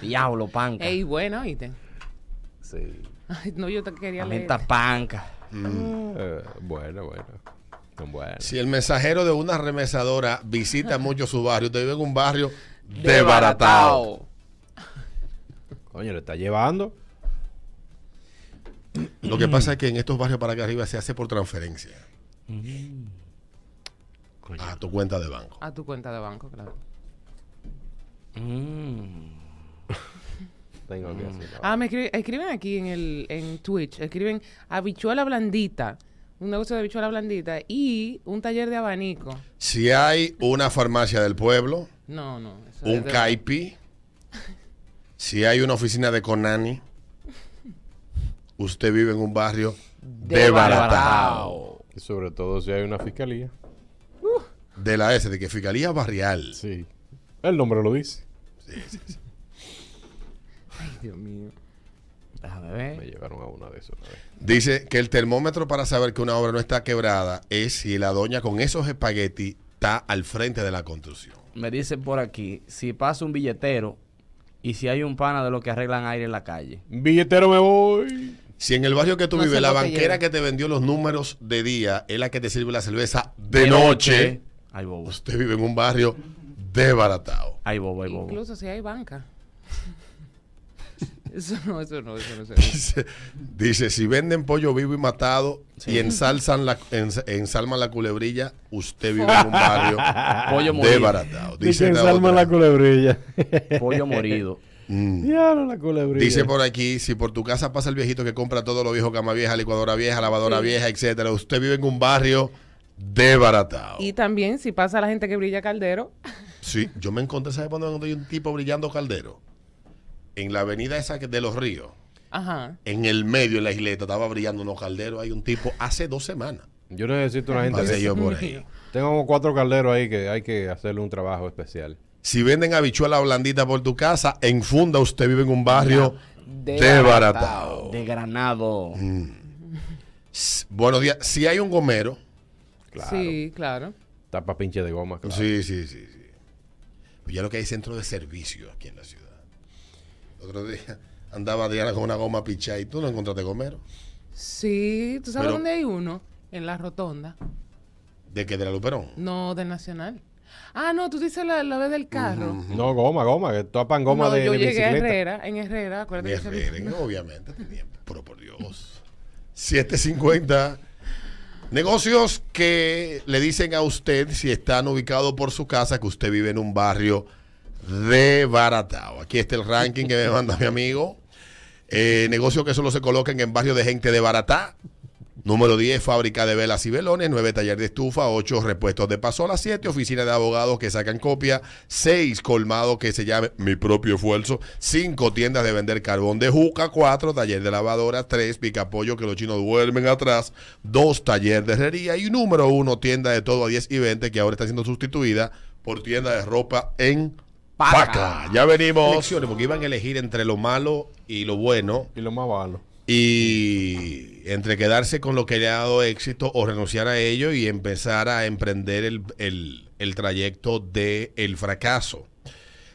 Diablo, panca.
Ey, bueno, oíste.
Sí.
Ay, no, yo te quería
La
leer.
menta panca.
Mm.
Eh, bueno, bueno. Son buenas.
Si el mensajero de una remesadora visita mucho su barrio, usted vive en un barrio desbaratado.
Desbaratado.
Coño, le está llevando.
Lo que pasa es que en estos barrios para acá arriba se hace por transferencia Mm. a tu cuenta de banco.
A tu cuenta de banco, claro.
Mm.
Tengo que hacerlo.
Ah, me escriben, escriben aquí en el en Twitch, escriben habichuela blandita, un negocio de habichuela blandita y un taller de abanico.
Si hay una farmacia del pueblo,
No, no. eso
un
es de-
CAIPI, si hay una oficina de Conani, usted vive en un barrio desbaratado.
Y sobre todo si hay una fiscalía.
De la S, de que Fiscalía Barrial.
Sí. El nombre lo dice.
Ay, Dios mío. Déjame
Me
ver.
llevaron a una de esas una vez.
Dice que el termómetro para saber que una obra no está quebrada es si la doña con esos espaguetis está al frente de la construcción.
Me dicen por aquí, si pasa un billetero y si hay un pana de los que arreglan aire en la calle.
Billetero me voy.
Si en el barrio que tú
No
vives,
sé
la
lo que
banquera
lleva.
que te vendió los números de día es la que te sirve la cerveza de,
De
noche,
noche. Ay, bobo.
usted vive en un barrio desbaratado.
Ay, bobo, ay, bobo.
Incluso si hay banca. eso no, eso no, eso no. Eso no.
Dice, dice, si venden pollo vivo y matado y ensalzan la, ens- ensalman la culebrilla, usted vive en un barrio
Pollo molido.
desbaratado.
Dice
Dice la
ensalma
otra.
la culebrilla.
Pollo morido.
Mm.
Diablo la culebrilla.
Dice por aquí, si por tu casa pasa el viejito que compra todo lo viejo, cama vieja, licuadora vieja, lavadora vieja, etcétera, usted vive en un barrio desbaratado.
Y también si pasa la gente que brilla caldero,
Sí, yo me encontré, ¿sabes cuando hay un tipo brillando caldero? En la avenida esa que- de los ríos,
ajá.
en el medio, en la isleta, estaba brillando unos calderos, hay un tipo hace dos semanas.
Yo necesito una gente.
Pasé
que-
yo por ahí.
Tengo como cuatro calderos ahí que hay que hacerle un trabajo especial.
Si venden habichuela blandita por tu casa, en Funda usted vive en un barrio desbaratado.
Ah, De Granado.
Mm. S- Buenos días. Si hay un gomero,
Claro.
Sí, claro.
Tapa pinche de goma. claro.
Sí, sí, sí, sí. Pues ya lo que hay es centro de servicio aquí en la ciudad. El otro día andaba Diana con una goma pichada y tú no encontraste gomero.
Sí, ¿tú sabes
Pero-
dónde hay uno? En la rotonda.
¿De que ¿De la Luperón?
No, del Nacional. Ah, no, tú dices la, la vez del carro.
No, goma, goma. Que tapan goma
no,
de,
yo
de
llegué a
bicicleta.
Herrera, en Herrera, acuérdate
De
que se-
Herrera, obviamente tenía. Pero por Dios. 750. Negocios que le dicen a usted, si están ubicados por su casa, que usted vive en un barrio desbaratado. Aquí está el ranking que me manda mi amigo. Eh, negocios que solo se colocan en barrios de gente desbaratada. Número 10, fábrica de velas y velones. 9, taller de estufa. 8, repuestos de pasola. 7, oficina de abogados que sacan copia. 6, colmado que se llame Mi propio esfuerzo. 5, tiendas de vender carbón de juca. 4, taller de lavadora. 3, picapollo que los chinos duermen atrás. 2, taller de herrería. Y número 1, tienda de todo a 10 y 20 que ahora está siendo sustituida por tienda de ropa en Paca. Ya venimos. Elecciones, porque iban a elegir entre lo malo y lo bueno.
Y lo más malo.
Y entre quedarse con lo que le ha dado éxito o renunciar a ello y empezar a emprender el, el- el trayecto del fracaso.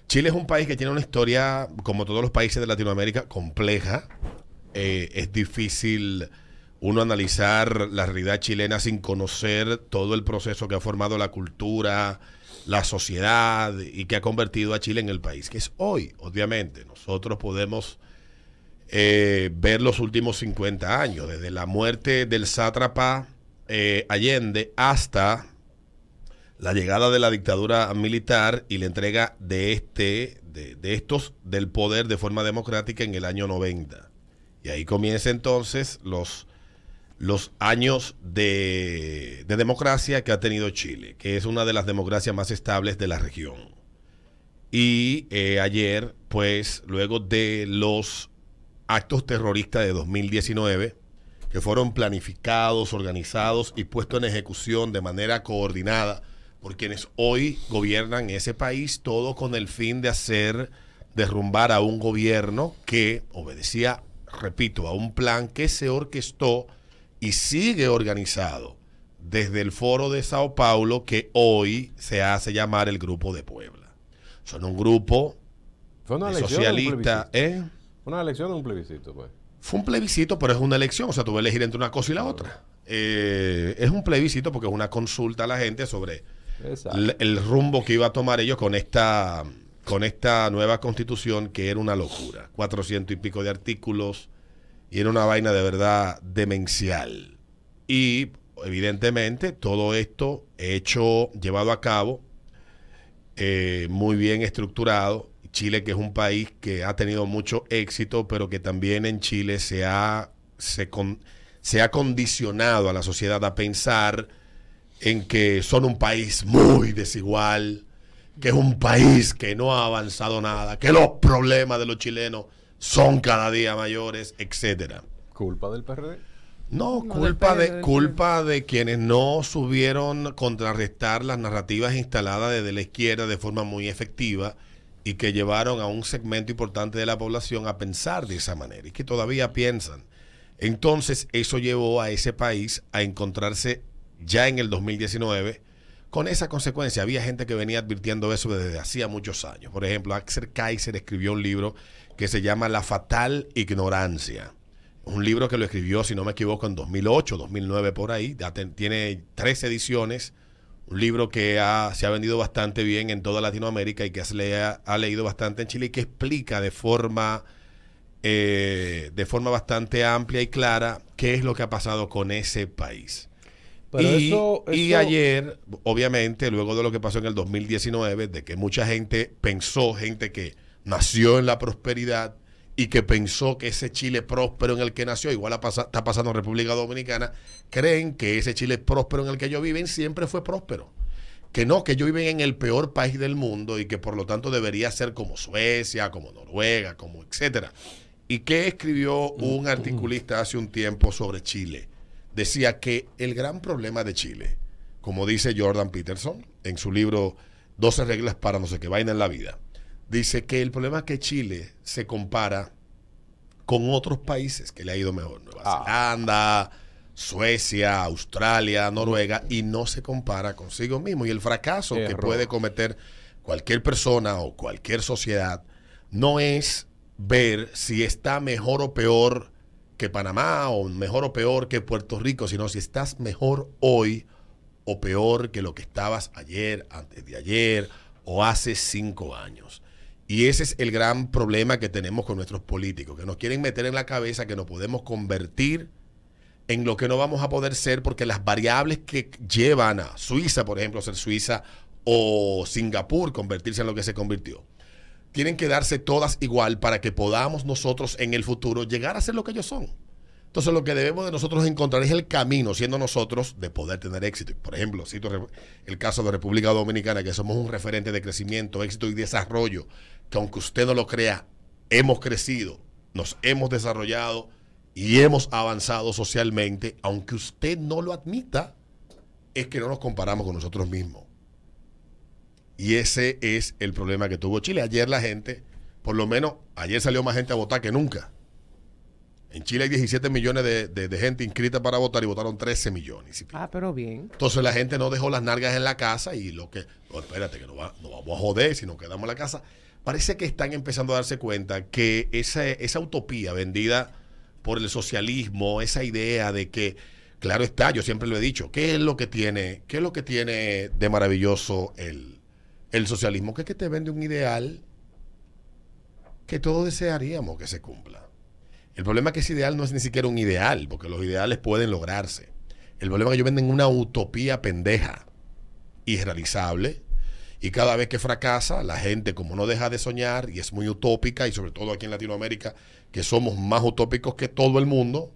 Chile es un país que tiene una historia, como todos los países de Latinoamérica, compleja. Eh, es difícil uno analizar la realidad chilena sin conocer todo el proceso que ha formado la cultura, la sociedad y que ha convertido a Chile en el país que es hoy. Obviamente, nosotros podemos eh, ver los últimos 50 años, desde la muerte del sátrapa eh, Allende hasta la llegada de la dictadura militar y la entrega de este, de, de estos del poder de forma democrática en el año 90. Y ahí comienza entonces los, los años de, de democracia que ha tenido Chile, que es una de las democracias más estables de la región. Y eh, ayer, pues, luego de los actos terroristas de 2019, que fueron planificados, organizados y puestos en ejecución de manera coordinada por quienes hoy gobiernan ese país, todo con el fin de hacer derrumbar a un gobierno que obedecía, repito, a un plan que se orquestó y sigue organizado desde el foro de Sao Paulo que hoy se hace llamar el Grupo de Puebla. Son un grupo
Fue una
de
elección o un
socialista, ¿eh?
Una elección o un plebiscito, pues.
Fue un plebiscito, pero es una elección. O sea, tú vas a elegir entre una cosa y la otra. Eh, es un plebiscito porque es una consulta a la gente sobre l- el rumbo que iba a tomar ellos con esta, con esta nueva constitución que era una locura. Cuatrocientos y pico de artículos y era una vaina de verdad demencial. Y evidentemente todo esto hecho, llevado a cabo, eh, muy bien estructurado. Chile, que es un país que ha tenido mucho éxito, pero que también en Chile se ha, se con- se ha condicionado a la sociedad a pensar en que son un país muy desigual, que es un país que no ha avanzado nada, que los problemas de los chilenos son cada día mayores, etcétera.
Culpa del PRD.
No,
No,
culpa
depende
de,
del
culpa de quienes no subieron contrarrestar las narrativas instaladas desde la izquierda de forma muy efectiva y que llevaron a un segmento importante de la población a pensar de esa manera y que todavía piensan. Entonces eso llevó a ese país a encontrarse ya en el 2019 con esa consecuencia. Había gente que venía advirtiendo eso desde hacía muchos años. Por ejemplo, Axel Kaiser escribió un libro que se llama La fatal ignorancia un libro que lo escribió, si no me equivoco, en 2008, 2009, por ahí. Ya ten- tiene tres ediciones. Un libro que ha- se ha vendido bastante bien en toda Latinoamérica y que se le ha, ha leído bastante en Chile y que explica de forma, eh, de forma bastante amplia y clara qué es lo que ha pasado con ese país.
Pero
y,
eso-
y
eso-
ayer, obviamente, luego de lo que pasó en el 2019, de que mucha gente pensó, gente que nació en la prosperidad y que pensó que ese Chile próspero en el que nació, igual ha pasa- está pasando en República Dominicana, creen que ese Chile próspero en el que ellos viven siempre fue próspero. Que no, que ellos viven en el peor país del mundo y que por lo tanto debería ser como Suecia, como Noruega, como etcétera. ¿Y qué escribió un articulista hace un tiempo sobre Chile? Decía que el gran problema de Chile, como dice Jordan Peterson en su libro 12 reglas para no sé qué vaina en la vida, dice que el problema es que Chile se compara con otros países que le ha ido mejor. Nueva Zelanda, Suecia, Australia, Noruega, y no se compara consigo mismo. Y el fracaso que
Error.
puede cometer cualquier persona o cualquier sociedad no es ver si está mejor o peor que Panamá o mejor o peor que Puerto Rico, sino si estás mejor hoy o peor que lo que estabas ayer, antes de ayer o hace cinco años. Y ese es el gran problema que tenemos con nuestros políticos, que nos quieren meter en la cabeza que nos podemos convertir en lo que no vamos a poder ser porque las variables que llevan a Suiza, por ejemplo, ser Suiza o Singapur, convertirse en lo que se convirtió, tienen que darse todas igual para que podamos nosotros en el futuro llegar a ser lo que ellos son. Entonces lo que debemos de nosotros encontrar es el camino, siendo nosotros, de poder tener éxito. Por ejemplo, cito re- el caso de República Dominicana, que somos un referente de crecimiento, éxito y desarrollo, que aunque usted no lo crea, hemos crecido, nos hemos desarrollado y hemos avanzado socialmente, aunque usted no lo admita, es que no nos comparamos con nosotros mismos. Y ese es el problema que tuvo Chile. Ayer la gente, por lo menos ayer salió más gente a votar que nunca. En Chile hay 17 millones de, de- de gente inscrita para votar y votaron 13 millones.
Ah, pero bien.
Entonces la gente no dejó las nargas en la casa y lo que, no, espérate, que no, va- no vamos a joder si nos quedamos en la casa. Parece que están empezando a darse cuenta que esa, esa utopía vendida por el socialismo, esa idea de que, claro está, yo siempre lo he dicho, ¿qué es lo que tiene, qué es lo que tiene de maravilloso el, el socialismo? Que es que te vende un ideal que todos desearíamos que se cumpla. El problema es que ese ideal no es ni siquiera un ideal, porque los ideales pueden lograrse. El problema es que ellos venden una utopía pendeja, irrealizable, y cada vez que fracasa, la gente como no deja de soñar y es muy utópica, y sobre todo aquí en Latinoamérica, que somos más utópicos que todo el mundo,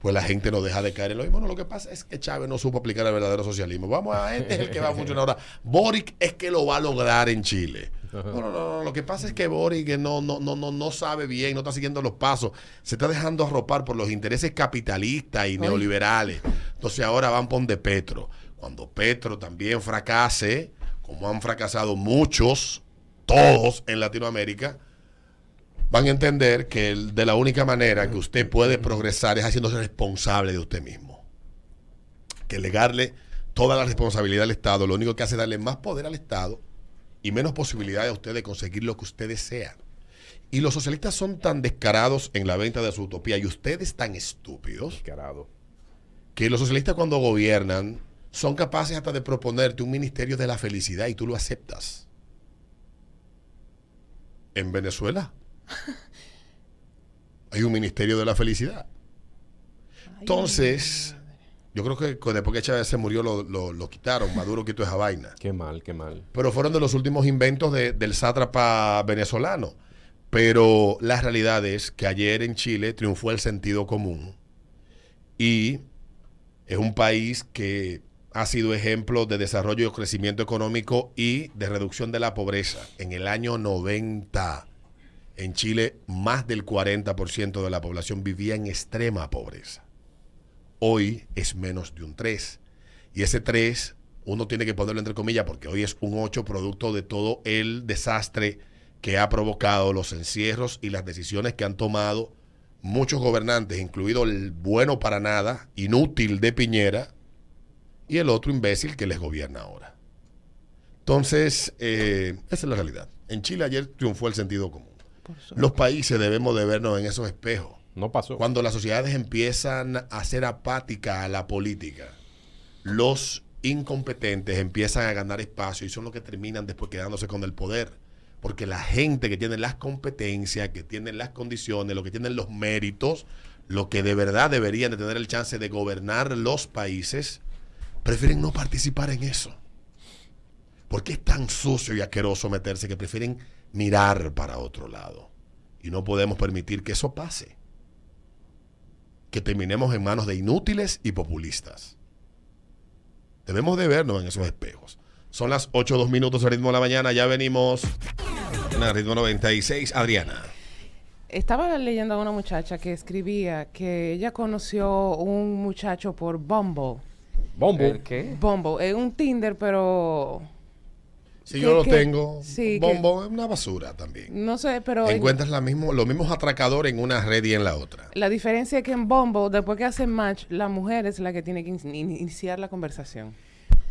pues la gente no deja de caer en lo mismo. Bueno, lo que pasa es que Chávez no supo aplicar el verdadero socialismo. Vamos a este es el que va a funcionar ahora. Boric es que lo va a lograr en Chile. No, no, no, no, lo que pasa es que Boric no, no, no, no, no sabe bien, no está siguiendo los pasos, se está dejando arropar por los intereses capitalistas y neoliberales. Entonces ahora van por de Petro. Cuando Petro también fracase, como han fracasado muchos, todos en Latinoamérica, van a entender que el- de la única manera que usted puede progresar es haciéndose responsable de usted mismo. Que legarle toda la responsabilidad al Estado, lo único que hace es darle más poder al Estado y menos posibilidades a usted de conseguir lo que usted desea. Y los socialistas son tan descarados en la venta de su utopía y ustedes tan estúpidos que los socialistas cuando gobiernan son capaces hasta de proponerte un ministerio de la felicidad y tú lo aceptas. En Venezuela hay un ministerio de la felicidad. Entonces, yo creo que co- después que Chávez se murió lo, lo- lo quitaron, Maduro quitó esa vaina.
Qué mal, qué mal.
Pero fueron de los últimos inventos de- del sátrapa venezolano. Pero la realidad es que ayer en Chile triunfó el sentido común y es un país que ha sido ejemplo de desarrollo y crecimiento económico y de reducción de la pobreza. En el año 90, en Chile, más del 40% de la población vivía en extrema pobreza. Hoy es menos de un 3. Y ese 3, uno tiene que ponerlo entre comillas porque hoy es un 8 producto de todo el desastre que ha provocado los encierros y las decisiones que han tomado muchos gobernantes, incluido el bueno para nada, inútil de Piñera, y el otro imbécil que les gobierna ahora. Entonces, eh, esa es la realidad. En Chile ayer triunfó el sentido común. Los países debemos de vernos en esos espejos.
No pasó.
Cuando las sociedades empiezan a ser apáticas a la política, los incompetentes empiezan a ganar espacio y son los que terminan después quedándose con el poder. Porque la gente que tiene las competencias, que tiene las condiciones, los que tienen los méritos, los que de verdad deberían de tener el chance de gobernar los países, prefieren no participar en eso. Porque es tan sucio y asqueroso meterse que prefieren mirar para otro lado. Y no podemos permitir que eso pase. Que terminemos en manos de inútiles y populistas. Debemos de vernos en esos espejos. Son las 8, 2 minutos, el ritmo de la mañana. Ya venimos. En el ritmo 96, Adriana.
Estaba leyendo a una muchacha que escribía que ella conoció un muchacho por Bumble.
Bombo.
¿El
qué?
Bumble, es un Tinder, pero...
Si
que-
yo lo
que-
tengo,
sí, que-
bombo es una basura también.
No sé, pero... en-
Encuentras la mismo, los mismos atracadores en una red y en la otra.
La diferencia es que en Bumble, después que hacen match, la mujer es la que tiene que in- in- iniciar la conversación.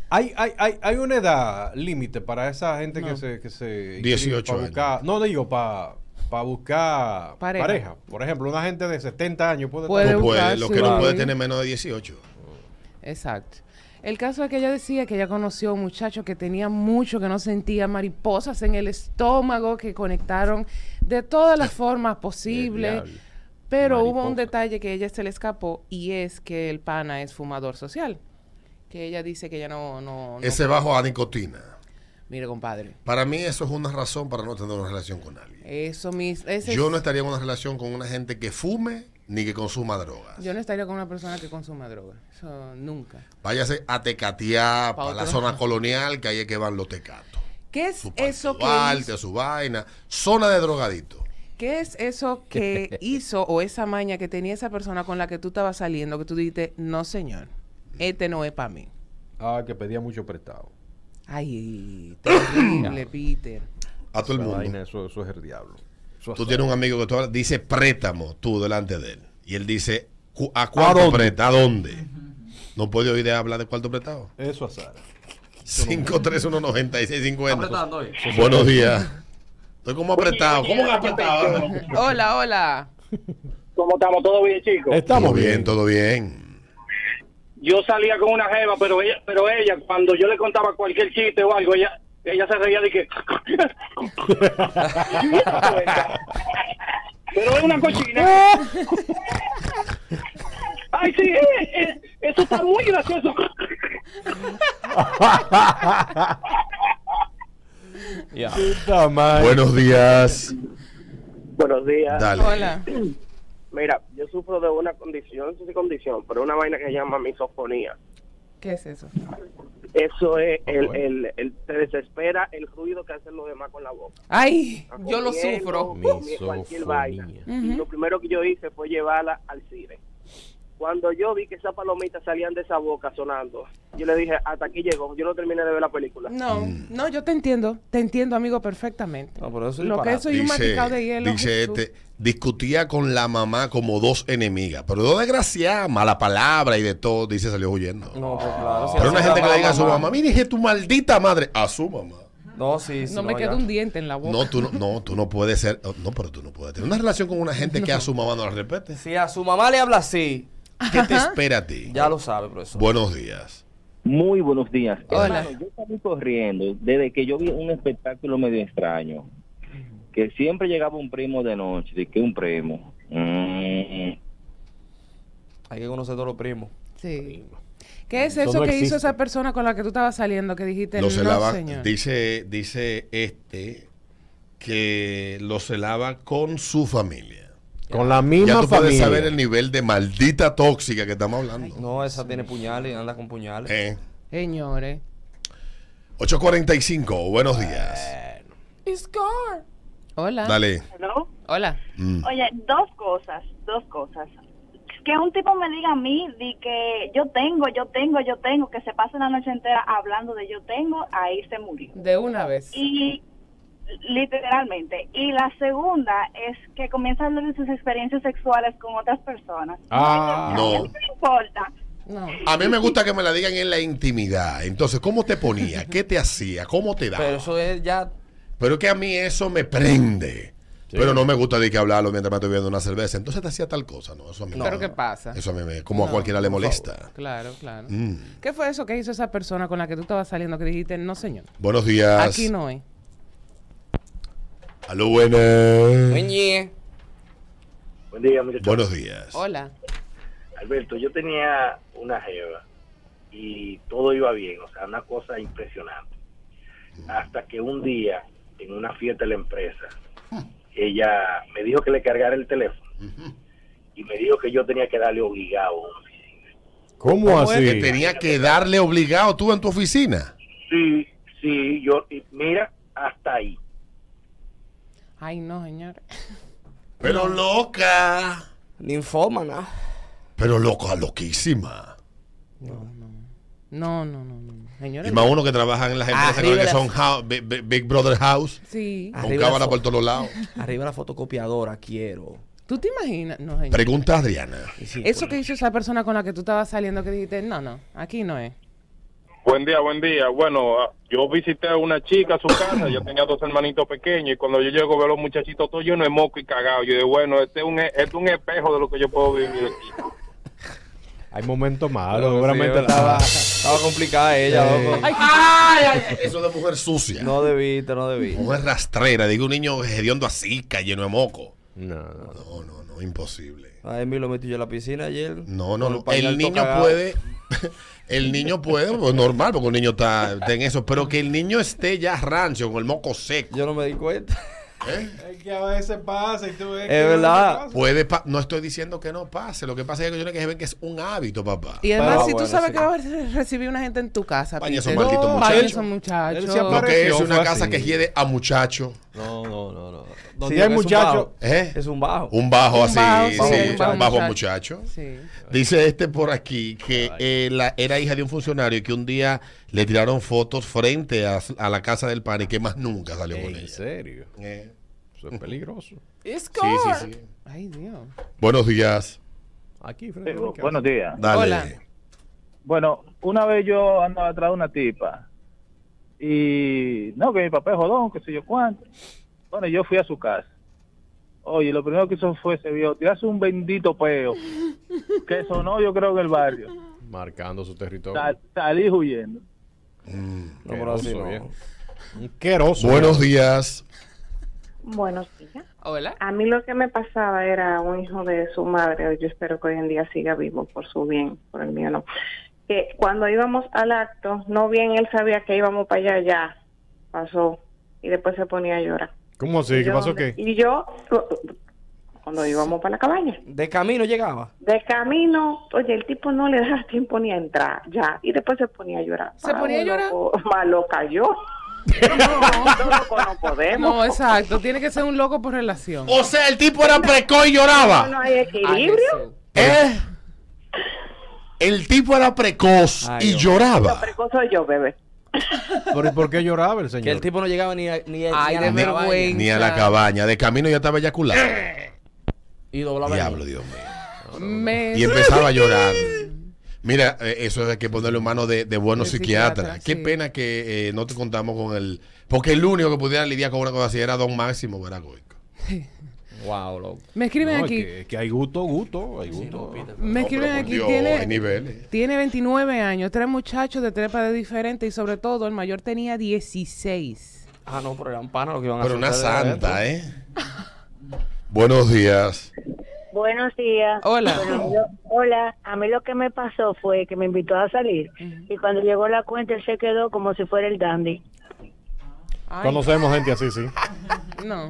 Hay, hay, hay, hay una edad límite para esa gente que
No.
se... Que se
18
para
años.
buscar- no digo, para buscar
Pareja.
pareja. Por ejemplo, una gente de 70 años puede...
Puede
No puede,
buscar,
lo
sí.
que no puede tener menos de 18.
Exacto. El caso es que ella decía que ella conoció a un muchacho que tenía mucho, que no sentía mariposas en el estómago, que conectaron de todas las formas posibles.
diablo.
Pero hubo un detalle que a ella se le escapó y es que el pana es fumador social. Que ella dice que ella no... no, no-
Ese bajo a nicotina.
Mire, compadre.
Para mí eso es una razón para no tener una relación con alguien.
Eso mismo. ese
Yo
es-
no estaría en una relación con una gente que fume ni que consuma droga.
yo no estaría con una persona que consuma droga. Eso nunca.
Váyase a Tecatear,
Pa'
para la
otro.
zona colonial, que ahí es que van los tecatos.
¿Qué es eso
Su
que
arte, su vaina. Zona de drogadito.
¿Qué es eso que hizo o esa maña que tenía esa persona con la que tú estabas saliendo que tú dijiste, no señor, este no es para mí?
Ah, que pedía mucho prestado.
Ay, terrible, Peter.
A todo el
Esa
mundo.
vaina, eso, eso es el diablo. Eso
Tú
es-
tienes un amigo que tú hablas, dice préstamo tú delante de él. Y él dice, "Cu- ¿a cuánto
dónde?
presta? ¿A dónde? No puede oír de hablar de cuánto prestado.
Eso azar.
5319650.
Apretando, eh.
Buenos días. Estoy como apretado. ¿Cómo que apretado?
Hola, hola.
¿Cómo estamos? ¿Todo bien, chicos?
Estamos bien, todo bien.
Yo salía con una jeva, pero ella, pero ella cuando yo le contaba cualquier chiste o algo, ella, ella se reía de que... pero es una cochina. Ay, sí, eh, eh, eso está muy gracioso.
Puta madre.
Buenos días.
Buenos días.
Dale. Hola.
Mira, yo sufro de una condición, no sé si condición, pero una vaina que se llama misofonía.
¿Qué es eso?
Eso es, el, el, el- te desespera el ruido que hacen los demás con la boca.
Ay,
yo lo sufro.
Comiendo, Cualquier vaina. Y lo primero que yo hice fue llevarla al cine. Cuando yo vi que esas palomitas salían de esa boca sonando, yo le dije, hasta aquí llegó, yo no terminé de ver la película.
No, no, yo te entiendo, te entiendo, amigo, perfectamente. Lo que eso y un maticado de hielo.
dice
Jesús.
este, discutía con la mamá como dos enemigas, pero dos desgraciadas, mala palabra y de todo, dice, salió huyendo.
No, pues claro. si
pero una
así
gente
la
que le diga a su
mamá.
mamá, mire, dije tu maldita madre, a su mamá.
No, sí, sí.
No me queda
ya.
un diente en la boca.
No, tú no, no, tú no puedes ser, oh, no, pero tú no puedes tener una relación con una gente que a su mamá no la respete.
Si a su mamá le habla así,
¿Qué te espera a ti?
ya lo sabe, profesor.
Buenos días.
Muy buenos días. Hermano, yo salí corriendo desde que yo vi un espectáculo medio extraño. Que siempre llegaba un primo de noche. ¿De qué un primo? Mm.
Hay que conocer todos los primos.
Sí. ¿Qué es
Eso
eso
no
que hizo
existe.
esa persona con la que tú estabas saliendo que dijiste
Lo
no,
celaba,
señor?
dice, dice este que lo celaba con su familia.
Con la misma
ya tú puedes
familia.
saber el nivel de maldita tóxica que estamos hablando.
No, esa tiene puñales, anda con puñales.
Eh,
Señores.
8.45, buenos días.
Eh.
Score. Hola.
Dale. Mm.
¿no?
Hola.
Oye, dos cosas, dos cosas. Que un tipo me diga a mí de que yo tengo, yo tengo, yo tengo, que se pase la noche entera hablando de yo tengo, ahí se murió.
De una vez.
Y literalmente. Y la segunda es que comienza a hablar de sus experiencias sexuales con otras personas.
Ah. No.
No importa.
A mí me gusta que me la digan en la intimidad. Entonces, ¿cómo te ponía? ¿Qué te hacía? ¿Cómo te daba?
Pero eso es ya.
Pero es que a mí eso me prende. Pero no me gusta de que hablarlo mientras me estoy bebiendo una cerveza. Entonces te hacía tal cosa, ¿no? Eso a mí
Pero
no.
¿qué pasa?
Eso a mí me- como a
No,
cualquiera le
por
molesta.
favor. Claro, claro.
Mm.
¿Qué fue eso que hizo esa persona con la que tú estabas saliendo que dijiste no, señor?
Buenos días.
Aquí no es.
Aló, buenas.
Buen día, muchachos.
Buenos días.
Hola.
Alberto, yo tenía una jeva y todo iba bien, o sea, una cosa impresionante. Hasta que un día, en una fiesta de la empresa, ella me dijo que le cargara el teléfono y me dijo que yo tenía que darle obligado.
¿Cómo, así?
Que tenía que darle obligado tú en tu oficina.
Sí, sí, yo, y mira, hasta ahí.
Ay, no, señor.
Pero loca.
Linfómana.
Pero loca, loquísima.
No, no, no, no. Señor.
Y más uno que trabajan en las empresas
Arriba
que
la-
son hou- Big, Big- Big Brother House.
Sí.
Con cámara por todos lados.
Arriba la fotocopiadora, quiero.
¿Tú te imaginas? No, señor.
Pregunta a Adriana.
Eso que hizo esa persona con la que tú estabas saliendo que dijiste no, no, aquí no es.
Buen día, buen día. Bueno, ah, yo visité a una chica a su casa, yo tenía dos hermanitos pequeños y cuando yo llego veo a los muchachitos todos llenos de moco y cagados. Yo digo, bueno, este es, un, e- este es un espejo de lo que yo puedo vivir aquí.
Hay momentos malos,
Claro,
Ah, seguramente
sí,
estaba,
estaba complicada ella, loco.
Ay, ay, ay, Eh, Eso de mujer sucia.
No debiste, no debiste.
Mujer rastrera. Digo, un niño hediondo así, ca- lleno de moco.
No, no,
no. No, no, imposible.
A Emil Ah, lo metí yo en la piscina ayer.
No, no,
Con
no.
pañal
El niño
tocado.
puede. El niño puede, pues normal, porque un niño está, está en eso. Pero que el niño esté ya rancio, con el moco seco.
Yo no me di cuenta.
Es que a veces pasa y tú eh? ves
Es verdad.
Puede pa- no estoy diciendo que no pase. Lo que pasa es que yo creo que se ven que es un hábito, papá.
Y además, si tú sabes que vas a re- recibir una gente en tu casa,
Paña esos
Peter.
malditos
No,
muchachos.
paña esos muchachos.
Lo que es una casa que hiede a muchacho.
No, no, no, no.
Donde
Donde
hay
hay
muchachos-
muchachos.
¿Eh?
Es un bajo.
Un bajo
Un
así,
bajo,
sí,
sí,
sí,
un bajo
un bajo
muchacho.
muchacho. Dice este por aquí que eh, la- era hija de un funcionario y que un día le tiraron fotos frente a, a la casa del pan y que más nunca salió con
¿En
ella.
serio? Eso es peligroso.
Score.
Eh, sí, sí.
Ay, Dios.
Buenos días.
Aquí,
Eh, buenos días.
Dale.
Bueno, una vez yo andaba atrás de una tipa y no, que mi papá es jodón, que sé yo cuánto. Bueno, yo fui a su casa.
Oye, lo primero que hizo fue ese viejo, tirarse un bendito peo, que sonó yo creo en el barrio.
Marcando su territorio.
Sa- salí huyendo.
no, pero así no.
Buenos días.
Buenos días.
Hola.
A mí lo que me pasaba era un hijo de su madre, yo espero que hoy en día siga vivo por su bien, por el mío no. Que cuando íbamos al acto, no bien él sabía que íbamos para allá, ya pasó y después se ponía a llorar.
¿Cómo así? ¿Qué pasó qué?
Y yo, cuando íbamos para la cabaña.
De camino llegaba.
de camino, oye, el tipo no le daba tiempo ni a entrar, ya, y después se ponía a llorar.
¿Se ponía a llorar?
Malo cayó.
podemos. No, exacto. Tiene que ser un loco por relación.
O sea, el tipo era precoz y lloraba.
No hay equilibrio.
¿Eh? El tipo era precoz y lloraba.
Precoz soy yo, bebé.
¿Pero y por qué lloraba el señor?
Que el tipo no llegaba ni a, ni a-
Ay,
ni a la
de
cabaña.
vergüenza.
Ni a la cabaña. De camino ya estaba eyaculado.
Y doblaba.
Diablo, Dios mío.
Me-
Y empezaba a llorar. Mira, eh, eso hay que ponerle en manos de, de buenos psiquiatras. Qué pena que eh, no te contamos con el... Porque el único que pudiera lidiar con una cosa así era Don Máximo Veragoico.
Wow, loco.
Me escriben
No,
aquí.
Es que, es que hay gusto, gusto, hay gusto.
Me escriben
por
aquí,
Dios,
tiene-
hay niveles.
Tiene 29 años, tres muchachos de tres padres diferentes y sobre todo el mayor tenía 16.
Ah, no, pero eran panas lo que iban a
Pero
hacer
una
ustedes
santa,
adentro.
¿eh? Buenos días.
Buenos días.
Hola.
Bueno, yo- hola. A mí lo que me pasó fue que me invitó a salir y cuando llegó la cuenta él se quedó como si fuera el dandy.
Conocemos gente así, sí.
No.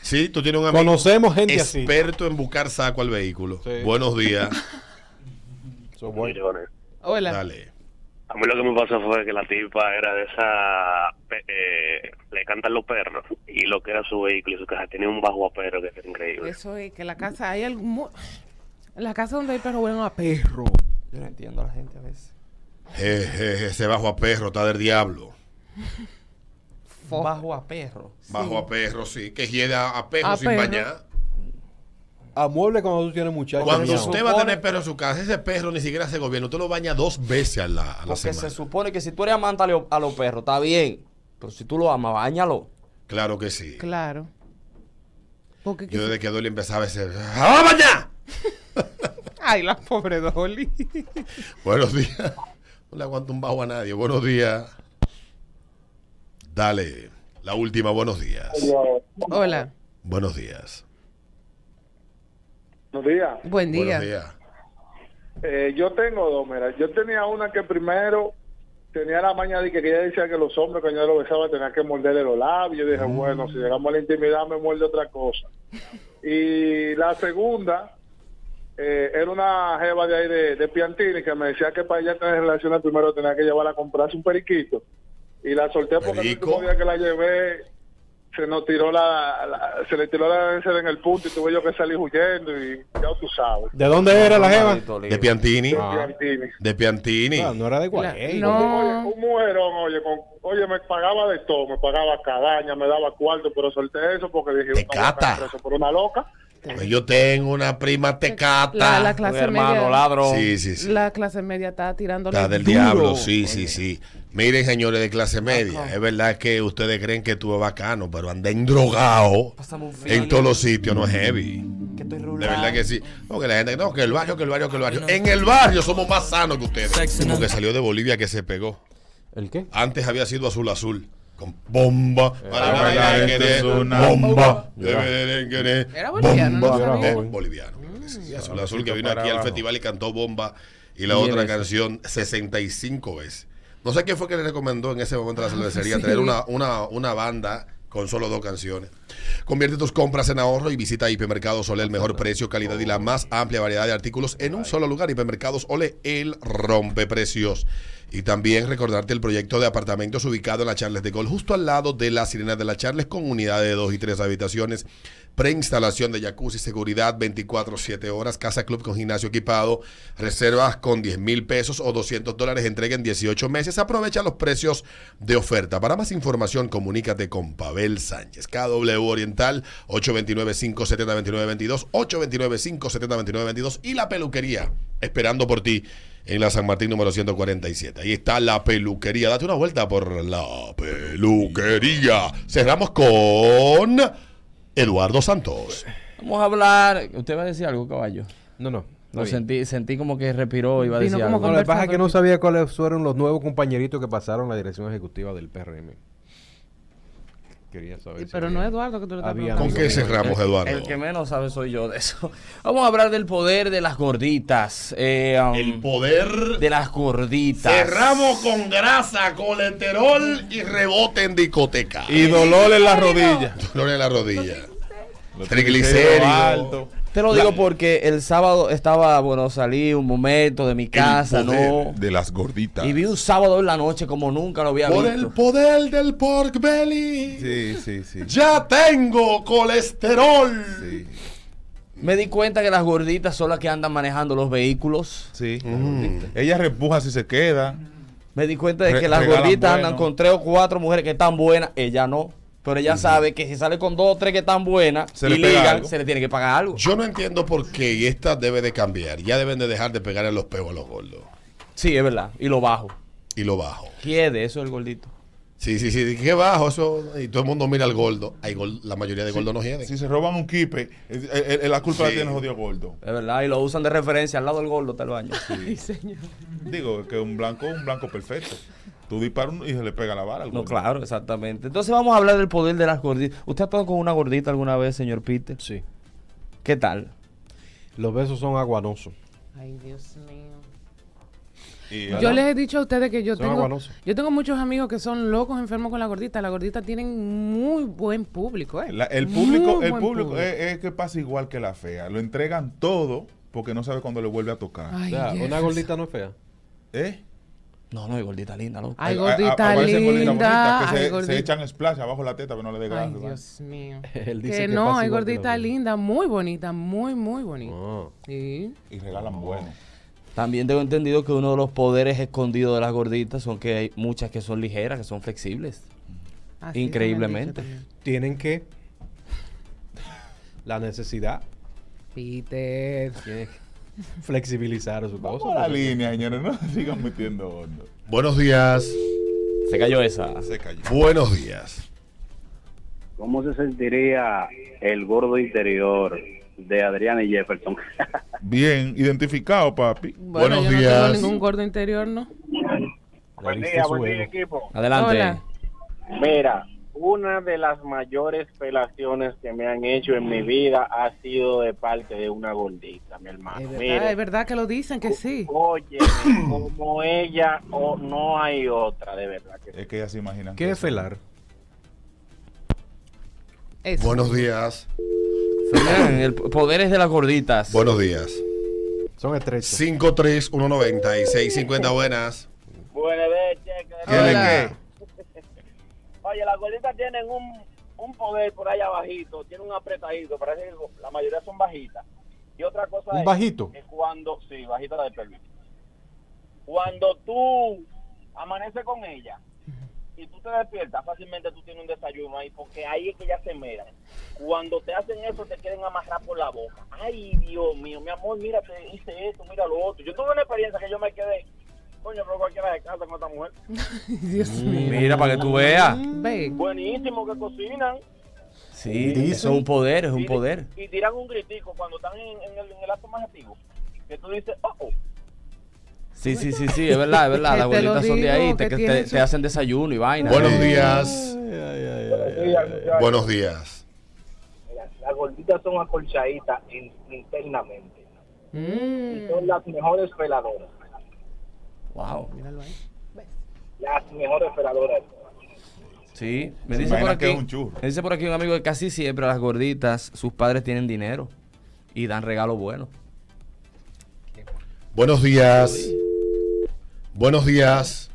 Sí, tú tienes un amigo.
Conocemos gente así.
experto en buscar saco al vehículo. Buenos días.
Millones.
Hola.
Dale.
A mí lo que me pasó fue que la tipa era de esa. pe- eh, le cantan los perros. Y lo que era su vehículo y su casa tenía un bajo a perro que era increíble.
Eso es que la casa hay algún. mu- En la casa donde hay perro huelen a perro.
eh.
Yo no entiendo a la gente a veces.
Jejeje, ese bajo a perro está del diablo.
Bajo a perro.
Bajo a perro, sí. Que hiede a, a perro
A
sin
perro.
bañar.
A mueble cuando tú tienes muchachos.
Cuando
miau.
usted va a tener perro en su casa, ese perro ni siquiera se gobierna. Usted lo baña dos veces a la, a la
Porque
semana.
se supone que si tú eres amante a, lo- a los perros, está bien. Pero si tú lo amas, bañalo.
Claro que sí.
Claro. Porque
Yo desde que Dolly empezaba a decir, ¡Ah, bañar!
Ay, la pobre Dolly.
Buenos días. No le aguanto un bajo a nadie. Buenos días. Dale. La última, buenos días.
Hola.
Buenos días.
Buenos días.
Buen
Buenos días.
Eh, yo tengo dos, mira. Yo tenía una que primero tenía la maña de que ella decía que los hombres cuando yo lo besaba tenían que morderle los labios. Yo dije, bueno, si llegamos a la intimidad me muerde otra cosa. Y la segunda eh, era una jeva de ahí de, de Piantini que me decía que para ella tener relaciones primero tenía que llevarla a comprarse un periquito. Y la solté porque el
Perico.
último día que la llevé se nos tiró la, la- se le tiró la hélice en el punto y tuve yo que salir huyendo y ya tú sabes.
¿De dónde era la jeva?
De Piantini.
Ah.
Piantini.
De Piantini.
Ah, no era de Guay.
Oye, un mujerón, oye, con- oye, me pagaba de todo, me pagaba cabaña, me daba cuarto, pero solté eso porque dije, una loca
cata.
preso por una loca.
Pues yo tengo una prima tecata.
La- la clase Un hermano media. ladrón.
Sí, sí, sí.
La clase media está tirando
Está del diablo, sí, sí, sí. Miren, señores de clase media, es verdad que ustedes creen que tú es bacano, pero anden drogados en todos los sitios, no es heavy. De verdad que sí. No, que la gente, no, que el barrio, que el barrio, que el barrio. En el barrio somos más sanos que ustedes. Como que salió de Bolivia que se pegó.
¿El qué?
Antes había sido azul azul. Con bomba.
Ah, verdad, esto es una-
Bomba.
Era
Era
boliviano, no lo sabía.
Boliviano. creo que
Mm.
sí. Azul azul que
Para
vino aquí al
abajo.
festival y cantó bomba. Y la
Diez
otra
veces.
canción 65 veces. No sé quién fue que le recomendó en ese momento a la cervecería
sí.
tener una, una, una banda con solo dos canciones. Convierte tus compras en ahorro y visita Hipermercados Ole, el mejor precio, calidad y la más amplia variedad de artículos en un solo lugar. Hipermercados Ole, el rompe precios. Y también recordarte el proyecto de apartamentos ubicado en la Charles de Gol, justo al lado de la Sirena de la Charles, con unidades de dos y tres habitaciones, preinstalación de jacuzzi, seguridad 24-7 horas, casa club con gimnasio equipado, reservas con 10 mil pesos o 200 dólares, entrega en 18 meses. Aprovecha los precios de oferta. Para más información, comunícate con Pavel Sánchez, KW Oriental, 829-570-2922, 829-570-2922 y la peluquería, esperando por ti en la San Martín número 147. Ahí está la peluquería. Date una vuelta por la peluquería. Cerramos con Eduardo Santos.
Vamos a hablar. ¿Usted va a decir algo, caballo?
No, no.
Lo
bien.
sentí, sentí como que respiró y iba a
Vino
decir
como
algo.
con- Lo que pasa es que no sabía cuáles fueron los nuevos compañeritos que pasaron la dirección ejecutiva del PRM. Quería saber. si
Pero
había-
no Eduardo que tú le estás
había-
preguntando.
El- El que menos sabe soy yo de eso. Vamos a hablar del poder de las gorditas. el
poder
de las gorditas.
Cerramos con grasa, colesterol y rebote en discoteca.
Y dolor en la rodilla.
Dolor en la rodilla.
triglicéridos
Triglicéridos.
Te lo digo porque el sábado estaba, bueno, salí un momento de mi casa, ¿no?
De las gorditas.
Y vi un sábado en la noche como nunca lo había
Por
visto.
el poder del pork belly.
Sí, sí, sí.
Ya tengo colesterol.
Me di cuenta que las gorditas son las que andan manejando los vehículos.
Sí.
Mm.
Ella repuja si se queda.
Me di cuenta de
Re-
que las
regalan
gorditas
bueno.
andan con tres o cuatro mujeres que están buenas, ella no. Pero ella sabe que si sale con dos o tres que están buenas
Se
y
le pega
ligan,
algo.
se le tiene que pagar algo.
Yo no entiendo por qué y esta debe de cambiar. Ya deben de dejar de pegarle los peos a los gordos.
Sí, es verdad. Y lo bajo.
Y lo bajo.
Quiere, eso es el gordito.
Sí, sí, sí. Qué bajo eso. Y todo el mundo mira al gordo. Hay gol- la mayoría de gordos no hieden.
Si se roban un kipe, eh, eh, eh, la culpa
Sí.
la tiene el jodido gordo.
Es verdad, y lo usan de referencia al lado del gordo hasta el baño.
Digo, que un blanco un blanco perfecto. Tú disparas uno y se le pega la vara. al
No,
gordo.
claro, exactamente. Entonces vamos a hablar del poder de las gorditas. ¿Usted ha estado con una gordita alguna vez, señor Peter?
Sí.
¿Qué tal?
Los besos son aguanosos.
Ay, Dios mío.
Y-
Yo les he dicho a ustedes que yo
Son
tengo,
aguanosos.
yo tengo muchos amigos que son locos enfermos con la gordita. La gordita tienen muy buen público, ¿eh?
La- el
Muy
público, el
buen
público es, es que pasa igual que la fea. Lo entregan todo porque no sabe cuándo le vuelve a tocar.
Ay,
Ya, una Jefferson. gordita no es fea.
¿Eh?
No, no, es gordita linda, loco.
Ay,
A- a-
gordita
aparecen gorditas
linda,
bonitas que
ay,
se,
gordita.
se echan splash abajo la teta, pero no le dé grasa.
Ay,
¿verdad?
Dios mío.
Él dice
que,
que
no,
pasa
hay
igual que la
gordita linda, muy bonita, muy, muy bonita. Sí.
Y regalan bueno.
También tengo entendido que uno de los poderes escondidos de las gorditas son que hay muchas que son ligeras, que son flexibles.
Así
Increíblemente.
Tienen que. La necesidad.
Peter.
Tienen que flexibilizar su cosa.
Vamos a la línea, señores. No sigan metiendo hondo.
Buenos días.
Se cayó esa.
Se cayó.
Buenos días.
¿Cómo se sentiría el gordo interior de Adriana y Jefferson?
Bien, identificado, papi.
Bueno, yo no tengo ningún gordo interior, ¿no?
Buen
día, buen día,
equipo.
Adelante.
Hola.
Mira,
Una de las mayores pelaciones que me han hecho en mi vida ha sido de parte de una gordita, mi
Ah,
hermano.
Es
Mire,
verdad, es verdad que lo dicen que sí.
Oye, como ella o no hay otra, de verdad.
Es que ya se imaginan.
¿Qué es felar?
Buenos días.
Fernan, el poder es de las gorditas.
Buenos días.
Son estrechos.
5319650 buenas.
Buenas noches.
¿Tienen
Oye, las gorditas tienen un, un poder por allá abajito, tienen un apretadito, parece que la mayoría son bajitas. Y otra cosa
¿Un
es
bajito?
que cuando, sí, bajita la de pelo. Cuando tú amaneces con ella y tú te despiertas, fácilmente tú tienes un desayuno ahí, porque ahí es que ya se meran. Cuando te hacen eso, te quieren amarrar por la boca. Ay, Dios mío, mi amor, mira, te hice esto, mira lo otro. Yo tuve una experiencia que yo me quedé, coño, pero cualquiera de casa con esta mujer.
Dios
Mm.
mío.
Mira, para que tú veas.
Ve.
Buenísimo que cocinan
Sí, eso es un poder, es un poder.
y tiran un gritico cuando están en, en el, en el acto más activo. Que tú dices, oh, oh.
Sí, sí, sí, sí, es verdad, es verdad. Las
Que te lo
gorditas son de
digo,
ahí,
que
te, que
tiene
te-
su-
te hacen desayuno y vaina.
Buenos días. Buenos días.
Las gorditas son acolchaditas in- internamente.
Mm.
Y son las mejores peladoras.
Wow.
Las mejores peladoras.
Sí, me
Se
dice, por
imagina
aquí,
que es un churro.
me dice por aquí un amigo que casi siempre las gorditas, sus padres tienen dinero y dan regalos buenos.
Buenos días. Buenos días.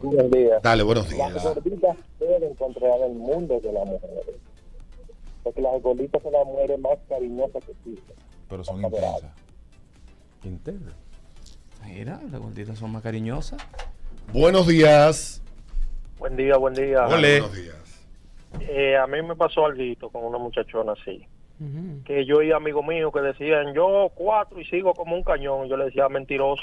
Buenos días.
Dale, buenos días.
Las gorditas deben encontrar el mundo de las mujeres. Porque las gorditas son las mujeres más cariñosas que existen.
Pero son intensas.
Interno.
Mira, las gorditas son más cariñosas.
Buenos días.
Buen día, buen día.
Dale, Buenos días.
Eh, a mí me pasó algo con una muchachona así. Que yo y amigo mío que decían, yo cuatro y sigo como un cañón. Yo le decía, mentiroso.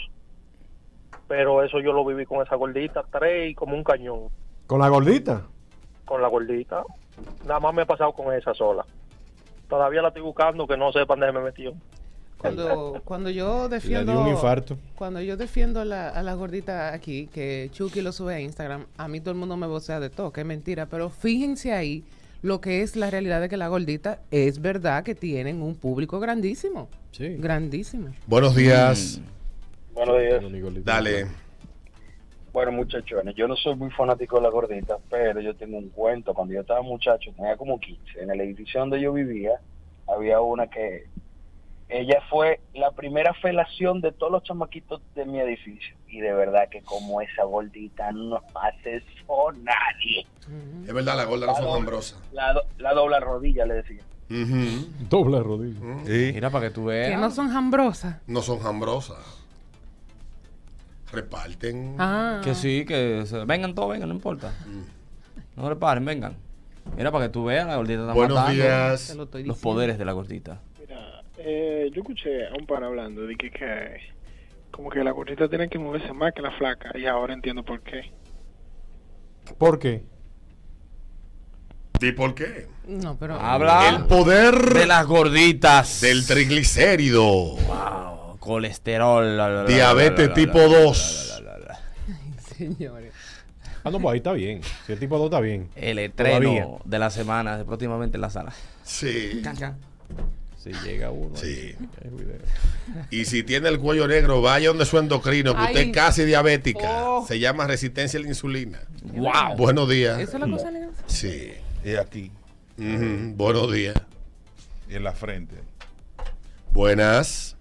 Pero eso yo lo viví con esa gordita, tres y como un cañón.
¿Con la gordita?
Con la gordita. Nada más me ha pasado con esa sola. Todavía la estoy buscando, que no sepan de dónde me metió.
Cuando, cuando yo defiendo.
un infarto.
Cuando yo defiendo a la, a las gorditas aquí, que Chucky lo sube a Instagram, a mí todo el mundo me vocea de todo, que es mentira. Pero fíjense ahí lo que es la realidad de que las gorditas es verdad que tienen un público grandísimo.
Sí.
Grandísimo.
Buenos días.
Buenos días.
Dale.
Bueno, muchachones, yo no soy muy fanático de la gordita, pero yo tengo un cuento. Cuando yo estaba muchacho, tenía como 15, en el edificio donde yo vivía, había una que. Ella fue la primera felación de todos los chamaquitos de mi edificio. Y de verdad que como esa gordita no hace eso nadie.
Es verdad, las gordas no son hambrosas.
La, do- la dobla rodilla, le decía.
Dobla rodilla.
Mm.
Mira, para que tú veas.
Que no son jambrosas.
No son hambrosas. Reparten.
Ah.
Que sí, que se- vengan todos, vengan, no importa.
Mm.
No reparen, vengan. Mira, para que tú veas, la gordita está
Buenos
matando
días. Te lo estoy
Los
diciendo.
poderes de la gordita.
Eh, yo escuché a un par hablando de que, que como que la gordita tiene que moverse más que la flaca y ahora entiendo por qué.
¿Por qué?
¿Y por qué?
No, pero.
Ah, Habla
El poder
de las gorditas.
Del triglicérido.
Wow. Colesterol. la, la, la, la,
Diabetes
la,
tipo
la, la,
2.
Señores.
Ah, no, pues ahí está bien. Si el tipo 2 está bien.
El estreno
Todavía.
de la semana, de próximamente en la sala.
Sí.
Si llega uno.
Sí.
ahí, hay video.
Y si tiene el cuello negro, vaya donde su endocrino, que usted
Ay.
es casi diabética.
Oh.
Se llama resistencia a la insulina.
Wow.
Buenos días.
Esa es la cosa legal.
Sí.
Es aquí.
Ujú, Buenos días.
En la frente.
Buenas.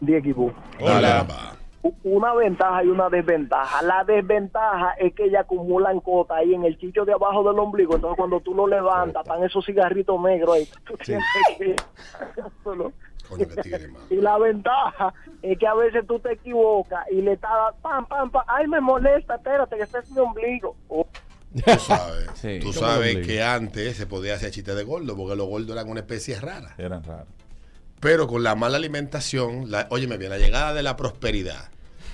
Dieguibú.
Hola.
U- Una ventaja y una desventaja. La desventaja es que ella acumulan cota ahí en el chicho de abajo del ombligo. Entonces, cuando tú lo levantas, están esos cigarritos negros ahí. Tú tienes que- solo. y la ventaja es que a veces tú te equivocas y le estás, pam, pam, pam. Ay, me molesta, espérate, que este es mi ombligo. Oh,
Tú sabes, tú
Como el
sabes
ombligo.
que antes se podía hacer chiste de gordo, porque los gordos eran una especie rara.
Eran raros.
Pero con la mala alimentación, la, óyeme bien, la llegada de la prosperidad,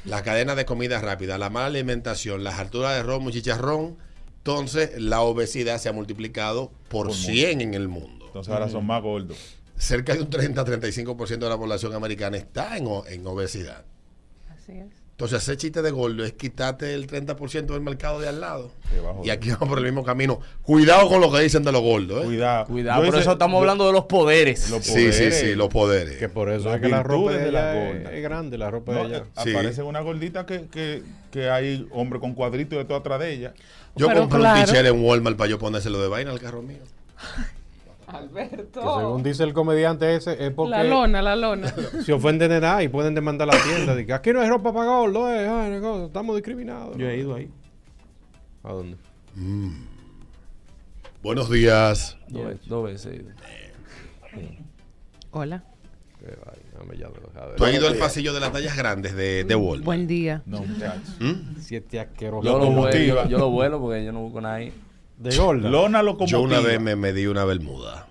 las cadenas de comida rápida, la mala alimentación, las alturas de romo y chicharrón, entonces la obesidad se ha multiplicado
Por
por,
mucho.
100 en el mundo.
Entonces ahora
Mm.
son más gordos.
Cerca de un 30-35% de la población americana está en, o- en obesidad.
Así es.
Entonces hacer chiste de gordo es quitarte el 30% del mercado de al lado.
Debajo
Y
de-
aquí vamos por el mismo camino. Cuidado con lo que dicen de los gordos. ¿eh?
Cuidado.
Ah, Cuidado, por eso estamos hablando de los poderes.
Los poderes. Sí, sí, sí, los poderes.
Que por eso
Las
es que la ropa
virtudes
de
de las
ella es,
gordas.
es grande, la ropa
No,
de ella.
eh, Aparece una gordita que, que, que hay hombre con cuadrito de todo atrás de ella.
Yo compré un t-shirt en Walmart para yo ponérselo de vaina al carro mío.
Que según dice el comediante ese, es porque
La lona, la lona.
se ofenden de nada y pueden demandar la tienda. Dice, aquí no hay ropa para gordo, eh, ay, no, cosa, estamos discriminados.
Yo he ido ahí.
¿A dónde?
Buenos días.
Dos, ve- dos veces.
Hola.
¿Tú has ido al pasillo de las tallas grandes de, de Walmart?
Buen día.
No, muchachos.
¿Mm?
Siete asquerosos.
Yo lo,
Locomotiva.
vuelo, yo lo vuelo porque yo no busco nadie.
De gorda.
Lona
Yo
locomotiva.
una vez me medí una bermuda.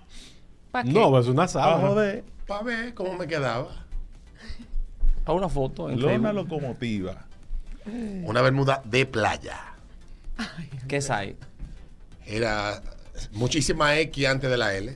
No, es una
Ah,
sábana.
joder.
Para ver cómo me quedaba.
Para una foto. En
Lona
Facebook.
locomotiva.
Una bermuda de playa.
¿Qué es ahí?
Era muchísima X antes de la L.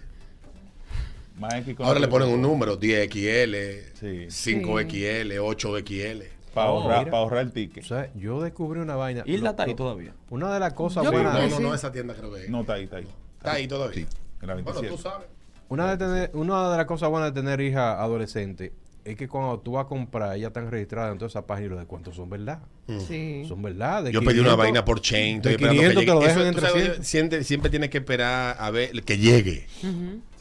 Más X con
Ahora
la
le ponen un
pelota.
número, 10XL,
Sí.
5XL, 8XL.
Para
Oh,
ahorrar,
mira.
pa' ahorrar el ticket.
O sea, yo descubrí una vaina.
Y la está ahí
lo-
todavía.
Una de las cosas
Sí,
buenas.
no, no, no, esa tienda creo que es.
No, está ahí, está ahí.
Está ahí todavía.
Sí, en la
Bueno,
27.
tú sabes.
Una de, tener- una de las cosas buenas de tener hija adolescente es que cuando tú vas a comprar, ellas están registradas en toda esa página y lo de cuántos son verdad.
Mm.
Sí.
Son verdad. de
Yo pedí una
500,
vaina por chain. estoy
De
esperando que
500 te lo
llegue.
dejan
Eso,
en
tú sabes,
300.
siempre, siempre tienes que esperar a ver que llegue.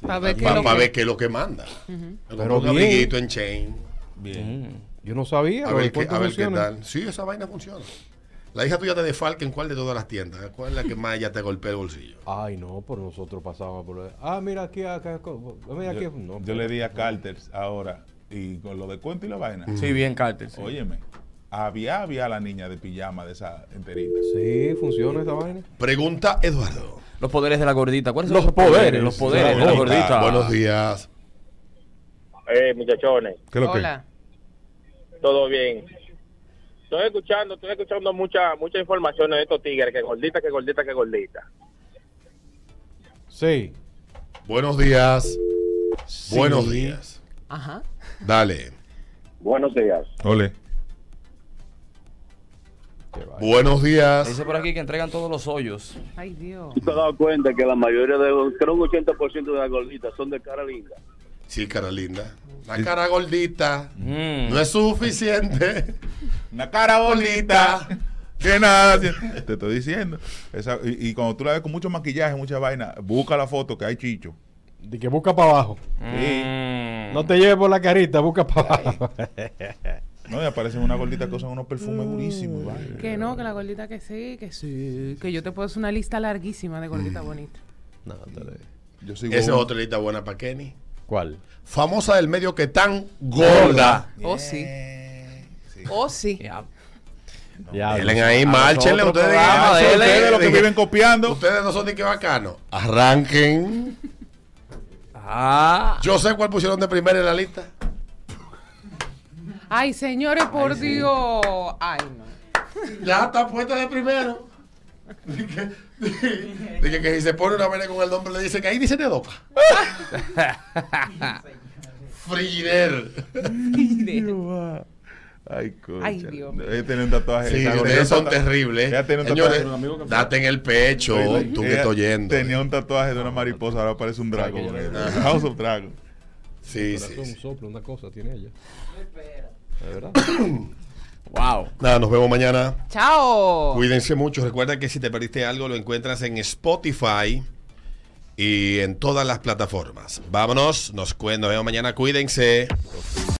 Para ver qué
Para
lo que-
ver qué es lo que manda. Me compré
Pero
un
bien.
abriguito en chain.
Bien.
Mm.
Yo no sabía.
A
lo de
ver, qué,
cuánto
a ver qué
funciona.
tal. Sí, esa vaina funciona. La hija tuya te defalca en cuál de todas las tiendas. ¿Cuál es la que más ella te golpea el bolsillo?
Ay, no, por nosotros pasábamos por. lo de- Ah, mira aquí, acá. co- Mira aquí.
Yo,
no,
yo le di a Carter ahora y con lo de cuento y la vaina.
Mm.
Sí, bien, Carter. sí.
Óyeme, había, había la niña de pijama de esa enterita.
Sí, funciona esa vaina.
Pregunta Eduardo.
Los poderes de la gordita. ¿Cuáles son
Los
los poderes?
poderes
Los poderes
de
de
la
la
gordita.
gordita.
Buenos días.
Eh, muchachones,
¿Qué
Hola.
todo bien. Estoy escuchando, estoy escuchando mucha, mucha información de estos tigres, que gordita, que gordita, que gordita.
Sí.
Buenos días.
Sí.
Buenos días.
Ajá.
Dale.
Buenos días.
Ole. Buenos días.
Dice por aquí que entregan todos los hoyos.
Ay, Dios.
¿Tú te has dado cuenta que la mayoría de los, creo un 80% de las gorditas son de cara linda?
Sí, cara linda. La cara gordita
Mm.
no es suficiente.
Una cara bonita. Que nada, si- te estoy diciendo. Esa- y, y cuando tú la ves con mucho maquillaje, mucha vaina, busca la foto que hay chicho.
De que busca para abajo.
Mm.
No te lleves por la carita, busca para abajo.
No, y aparecen unas gorditas que usan unos perfumes durísimos. vaina.
Que no, que la gordita que sí, que sí. Que yo te puedo hacer una lista larguísima de gorditas bonitas.
No, dale.
Yo
Esa es otra lista buena para Kenny.
¿Cuál?
Famosa del medio que tan gorda.
Oh, sí. Oh, sí.
Ah,
Denle ahí,
A
márchenle
nosotros
ustedes.
programa,
márchenle
denle.
ustedes,
Ustedes los que viven
copiando. Ustedes no son ni que bacanos. Arranquen.
Ah,
Yo sé cuál pusieron de primera en la lista.
Ay, señores, por Dios. Ay, no.
Ya está puesta de primero. Dije que si se pone una vaina con el nombre le dicen que ahí dice Tedoca. Frigider.
Ay, coño.
Ay,
Dios
mío.
Ella tiene un tatuaje.
Sí,
Esa gordita
ustedes son
ta-
terribles.
Ella tiene un
Señores,
tatuaje. de un amigo que-
date en el pecho,
Oye,
tú que
ella
estás oyendo.
Tenía un tatuaje de una mariposa, ahora parece un dragón. eh.
Ajá.
House of Dragon.
Sí,
Corazón,
sí.
Un soplo, una cosa tiene ella. ¿De verdad?
Wow. Nada, nos vemos mañana.
Chao.
Cuídense mucho. Recuerda que si te perdiste algo lo encuentras en Spotify y en todas las plataformas. Vámonos, nos, cuen- nos vemos mañana. Cuídense.